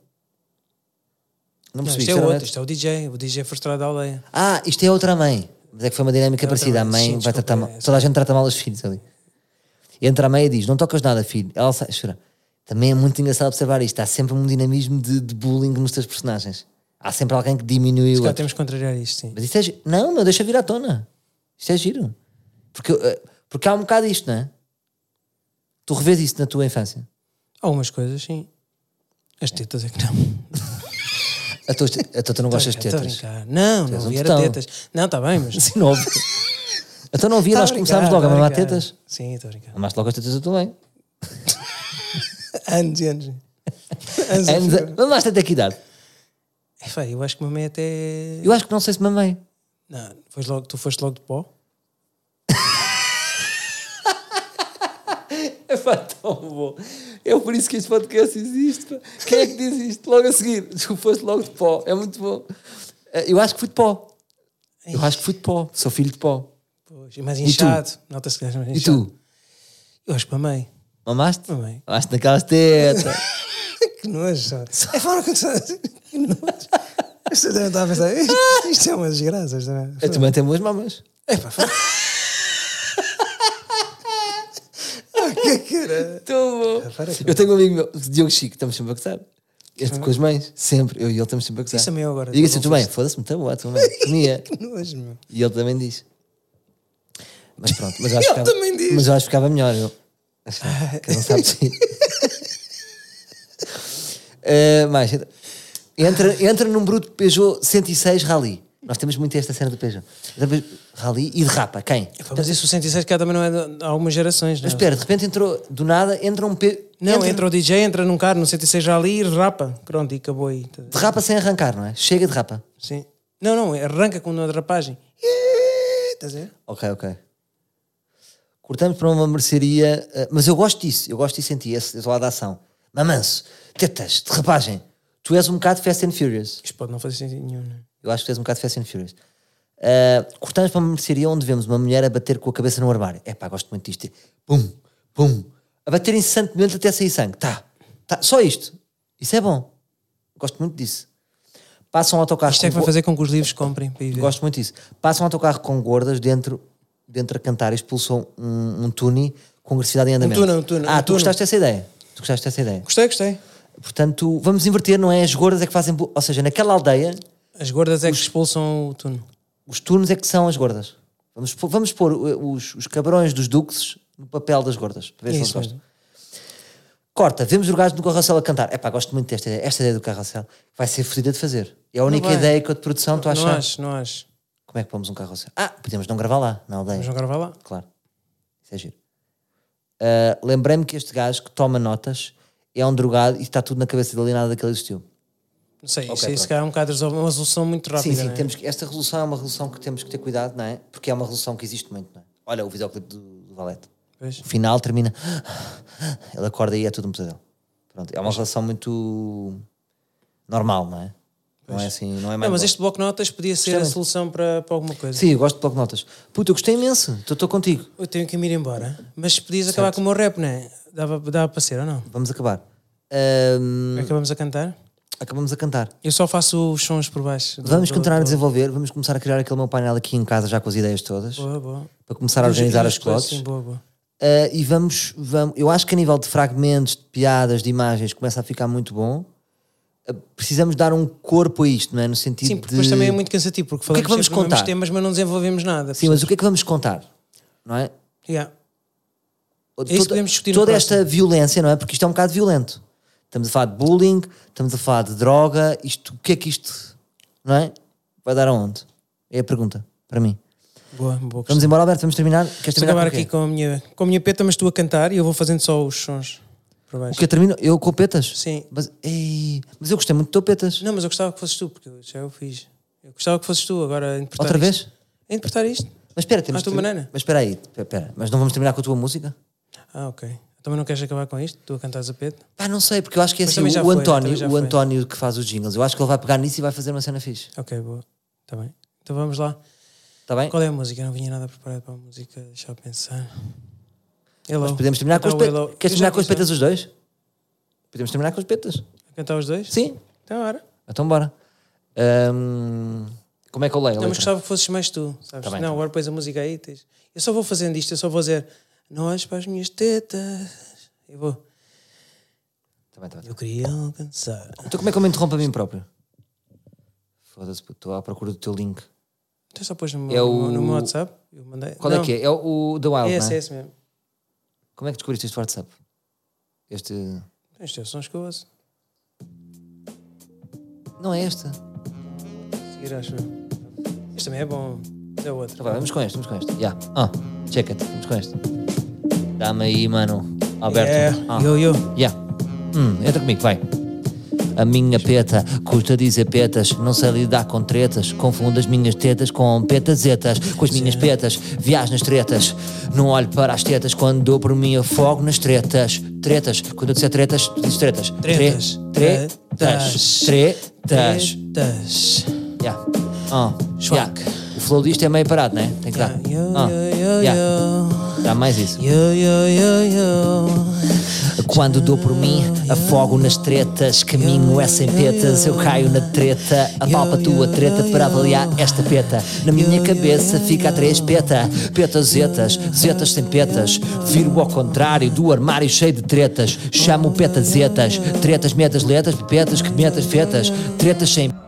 Não, percebi. isto isto é era o outro, neto. isto é o DJ, o DJ frustrado da aldeia. Ah, isto é outra mãe. Mas é que foi uma dinâmica outra parecida. A mãe, mãe sim, vai desculpa, tratar mal. é, Toda a gente trata mal os filhos ali. Entra a mãe e diz: Não tocas nada, filho. Ela sai, chora. Também é muito engraçado observar isto. Há sempre um dinamismo de, de bullying nos teus personagens. Há sempre alguém que diminui o Já outro. temos que contrariar isto, sim. Mas isto é giro. Não, meu, deixa vir à tona. Isto é giro. Porque, eh, porque há um bocado isto, não é? Tu revês isso na tua infância. Algumas coisas, sim. As tetas é que não. A tua, a tua tu não gostas de Tô a tetas. brincar. Não, és não um vi, era botão. tetas. Não, está bem, mas. Sim, não. Então não havia, Tá nós a começámos brincar, logo a tá mamar brincar. tetas. Sim, estou a brincar. Mamaste logo as tetas do teu bem. Anos e anos. Anos anos. anos. a- Mamaste até que idade? É, pá, eu acho que mamei até. Eu acho que não sei se mamei. Não, foste logo, tu foste logo de pó. É pá, tão bom. É por isso que este podcast existe. pá. Quem é que diz isto logo a seguir? Tu foste logo de pó. É muito bom. Eh, Eu acho que fui de pó. Eu acho que fui de pó. Sou filho de pó. Pois, e mais tu? inchado. Nota-se que és mais E inchado. tu? Eu acho que mamei. Mamaste? Mamei. Mamaste naquelas tetas. Que nojo. É fora que Que nojo. Isto também estava a pensar. Isto, isto é uma desgraça. Isto também. Eu também tenho boas mamas. É pá, foi. que cara. Estou bom. Ah, para com- Eu tenho um amigo meu, Diogo Chico, estamos sempre a gozar. Este com as mães, sempre. Eu e ele estamos sempre a gozar. Isso é meu agora, E digo assim, não tu bem, foda-se, muito boa a tua mãe. Comia. Que nojo, meu. E ele também diz. Mas pronto, mas eu acho Ele que ficava, também diz. Mas eu acho que ficava melhor. Eu. Que não sabe se. Eh, mais. então. Entra, entra num bruto Peugeot 106 Rally. Nós temos muito esta cena do Peugeot. Então, Rally e derrapa. Quem? Pá, Mas isso o 106 cá também não é de há algumas gerações, não é? Mas espera, de repente entrou, do nada, entra um Pe... Não, entra... o DJ, entra num carro, no 106 já ali e rapa. Pronto, e acabou aí. Tá- Derrapa sem arrancar, não é? Chega de rapa. Sim. Não, não, arranca com uma derrapagem. Estás a ver? Ok, ok. Cortamos para uma mercearia, eh, mas eu gosto disso, eu gosto disso em ti, esse esse lado da ação. Mamanço, tetas, de rapagem. Tu és um bocado Fast and Furious. Isto pode não fazer sentido nenhum, não é? Eu acho que tu és um bocado Fast and Furious. Eh, cortamos para uma mercearia onde vemos uma mulher a bater com a cabeça no armário. É pá, gosto muito disto. Pum, pum. A bater incessantemente até sair sangue. Tá, tá, só isto. Isso é bom. Gosto muito disso. Passam um autocarro. Isto é que com vai go- fazer com que os livros comprem para ir ver. Gosto muito disso. Passa um autocarro com gordas dentro, dentro a cantar e expulsam um, um tuni com agressividade em andamento. túnel, um túnel, ah, um tu túnel. gostaste dessa ideia. Tu gostaste dessa ideia. Gostei, gostei. Portanto, vamos inverter, não é? As gordas é que fazem. bu- Ou seja, naquela aldeia, As gordas é que expulsam o túnel. os turnos é que são as gordas. Vamos, pô- vamos pôr uh, os, os cabrões dos duques no papel das gordas, para ver se É eles isso gostam. Corta, vemos o gajo no carrossel a cantar. Epá, gosto muito desta ideia. Esta ideia do carrossel vai ser fodida de fazer. É a única vai. ideia que eu de produção tu Não achas. acho, não acho. Como é que pomos um carrossel? Ah, podemos não gravar lá, na aldeia. Mas não gravar lá. Claro. Isso é giro. Ah, Lembrei-me que este gajo que toma notas é um drogado e está tudo na cabeça dele e nada daquele existiu. Não sei, Ok, isso aí se calhar é um bocado resolve uma resolução muito rápida. Sim, sim, não é? temos que, esta resolução é uma resolução que temos que ter cuidado, não é? Porque é uma resolução que existe muito, não é? Olha o videoclipe do, do Valete. Pois. O final termina. Ele acorda e é tudo um pesadelo. Pronto, é uma relação muito normal, não é? Não é assim, não é mais. Não, mas este bloco de notas podia ser a Justamente. solução para, para alguma coisa. Sim, eu gosto de bloco de notas. Puta, eu gostei imenso. Estou contigo. Eu tenho que me ir embora. Mas podias acabar com o meu rap, não é? Dava, dava para ser ou não? Vamos acabar. Ahm, Acabamos a cantar? acabamos a cantar. Eu só faço os sons por baixo. do- Vamos do- continuar a do- desenvolver, vamos começar a criar aquele meu painel aqui em casa já com as ideias todas, Boa, boa. para começar a organizar Os- as os classes, clotes. Sim, boa, boa. Uh, e vamos, vamos. Eu acho que a nível de fragmentos, de piadas, de imagens, começa a ficar muito bom. Uh, precisamos dar um corpo a isto, não é? No sentido Sim, porque de. depois também é muito cansativo, porque que é que falamos vamos sempre nos mesmos contar? temas, mas não desenvolvemos nada. Sim, mas o que é que vamos contar? Não é? Yeah. Toda, que podemos discutir no toda próximo. esta violência, não é? Porque isto é um bocado violento. Estamos a falar de bullying, estamos a falar de droga. Isto, o que é que isto. Não é? Vai dar aonde? É a pergunta, para mim. Boa, boa. Vamos embora, Alberto, vamos terminar. Queres Vamos terminar acabar com o aqui quê? com a, minha, com a minha peta, mas tu a cantar e eu vou fazendo só os sons por baixo. O que eu termino? Eu com o Petas? Sim. Mas, ei, mas eu gostei muito do Petas. Não, mas eu gostava que fosses tu, porque eu já eu fiz. Eu gostava que fosses tu agora a interpretar Outra isto. vez? A interpretar isto? Mas espera, temos À tua que- maneira. Mas espera aí, espera, espera. Mas não vamos terminar com a tua música? Ah, ok. Também não queres acabar com isto? Tu a cantares a peta? Pá, não sei, porque eu acho que é Mas assim, também já o, foi, também António, já o foi. António que faz os jingles, eu acho que ele vai pegar nisso e vai fazer uma cena fixe. Ok, boa. Está bem. Então vamos lá. Está bem? Qual é a música? Eu não vinha nada preparado para a música. Deixa eu pensar. Hello. Mas podemos terminar com os Então, hello. petas. Queres Eu já terminar com os fiz, petas os dois? Podemos terminar com os petas? não? né? Cantar os dois? Sim? Então, ora. Então bora. Ahm, como é que eu leio? a Não, letra? mas gostava que fosses mais tu, sabes? Tá bem, não, tá agora pões a música aí. Tens... Eu só vou fazendo isto, eu só vou dizer não olhes para as minhas tetas. Eu vou. Tá bem, tá bem, tá bem. Eu queria alcançar. Então como é que eu me interrompo a mim próprio? Foda-se, puto, estou à procura do teu link. Tu só pôs no meu, É o- no meu WhatsApp. Eu mandei. Qual é que é? É o o The Wild, É não esse, é? é esse mesmo. Como é que descobriste este WhatsApp? Este... Isto é sons que eu ouço. Não é este. Seguir, acho eu. Isto também é bom. É outro. Tá bem, vamos com este, vamos com este. Já. Ah, check it, vamos com este. Dá-me aí, mano. Alberto. Ah. Yeah. É, Yo, yo. Yeah. Hum, entra comigo, vai. A minha peta, custa dizer petas, não sei lidar com tretas. Confundo as minhas tetas com petazetas. Com as minhas petas, viajo nas tretas. Não olho para as tetas quando dou por mim afogo nas tretas. Tretas, quando eu disser tretas, tu dizes tretas. Tretas. Tre- Tretas. Tretas. Tetas. Yeah. Ah, yeah. Schwank. O flow disto é meio parado, né? Tem que dar. Yo, Ah, yo, yo, yeah. yo. Dá mais isso. Yo, yo, yo, yo. Quando dou por mim, afogo nas tretas. Caminho é sem petas, eu caio na treta. Apalpa a tua treta para avaliar esta peta. Na minha cabeça fica a três peta. Petas zetas, zetas sem petas. Viro ao contrário do armário cheio de tretas. Chamo petazetas, tretas, metas, letras, petas, que metas, fetas. Tretas sem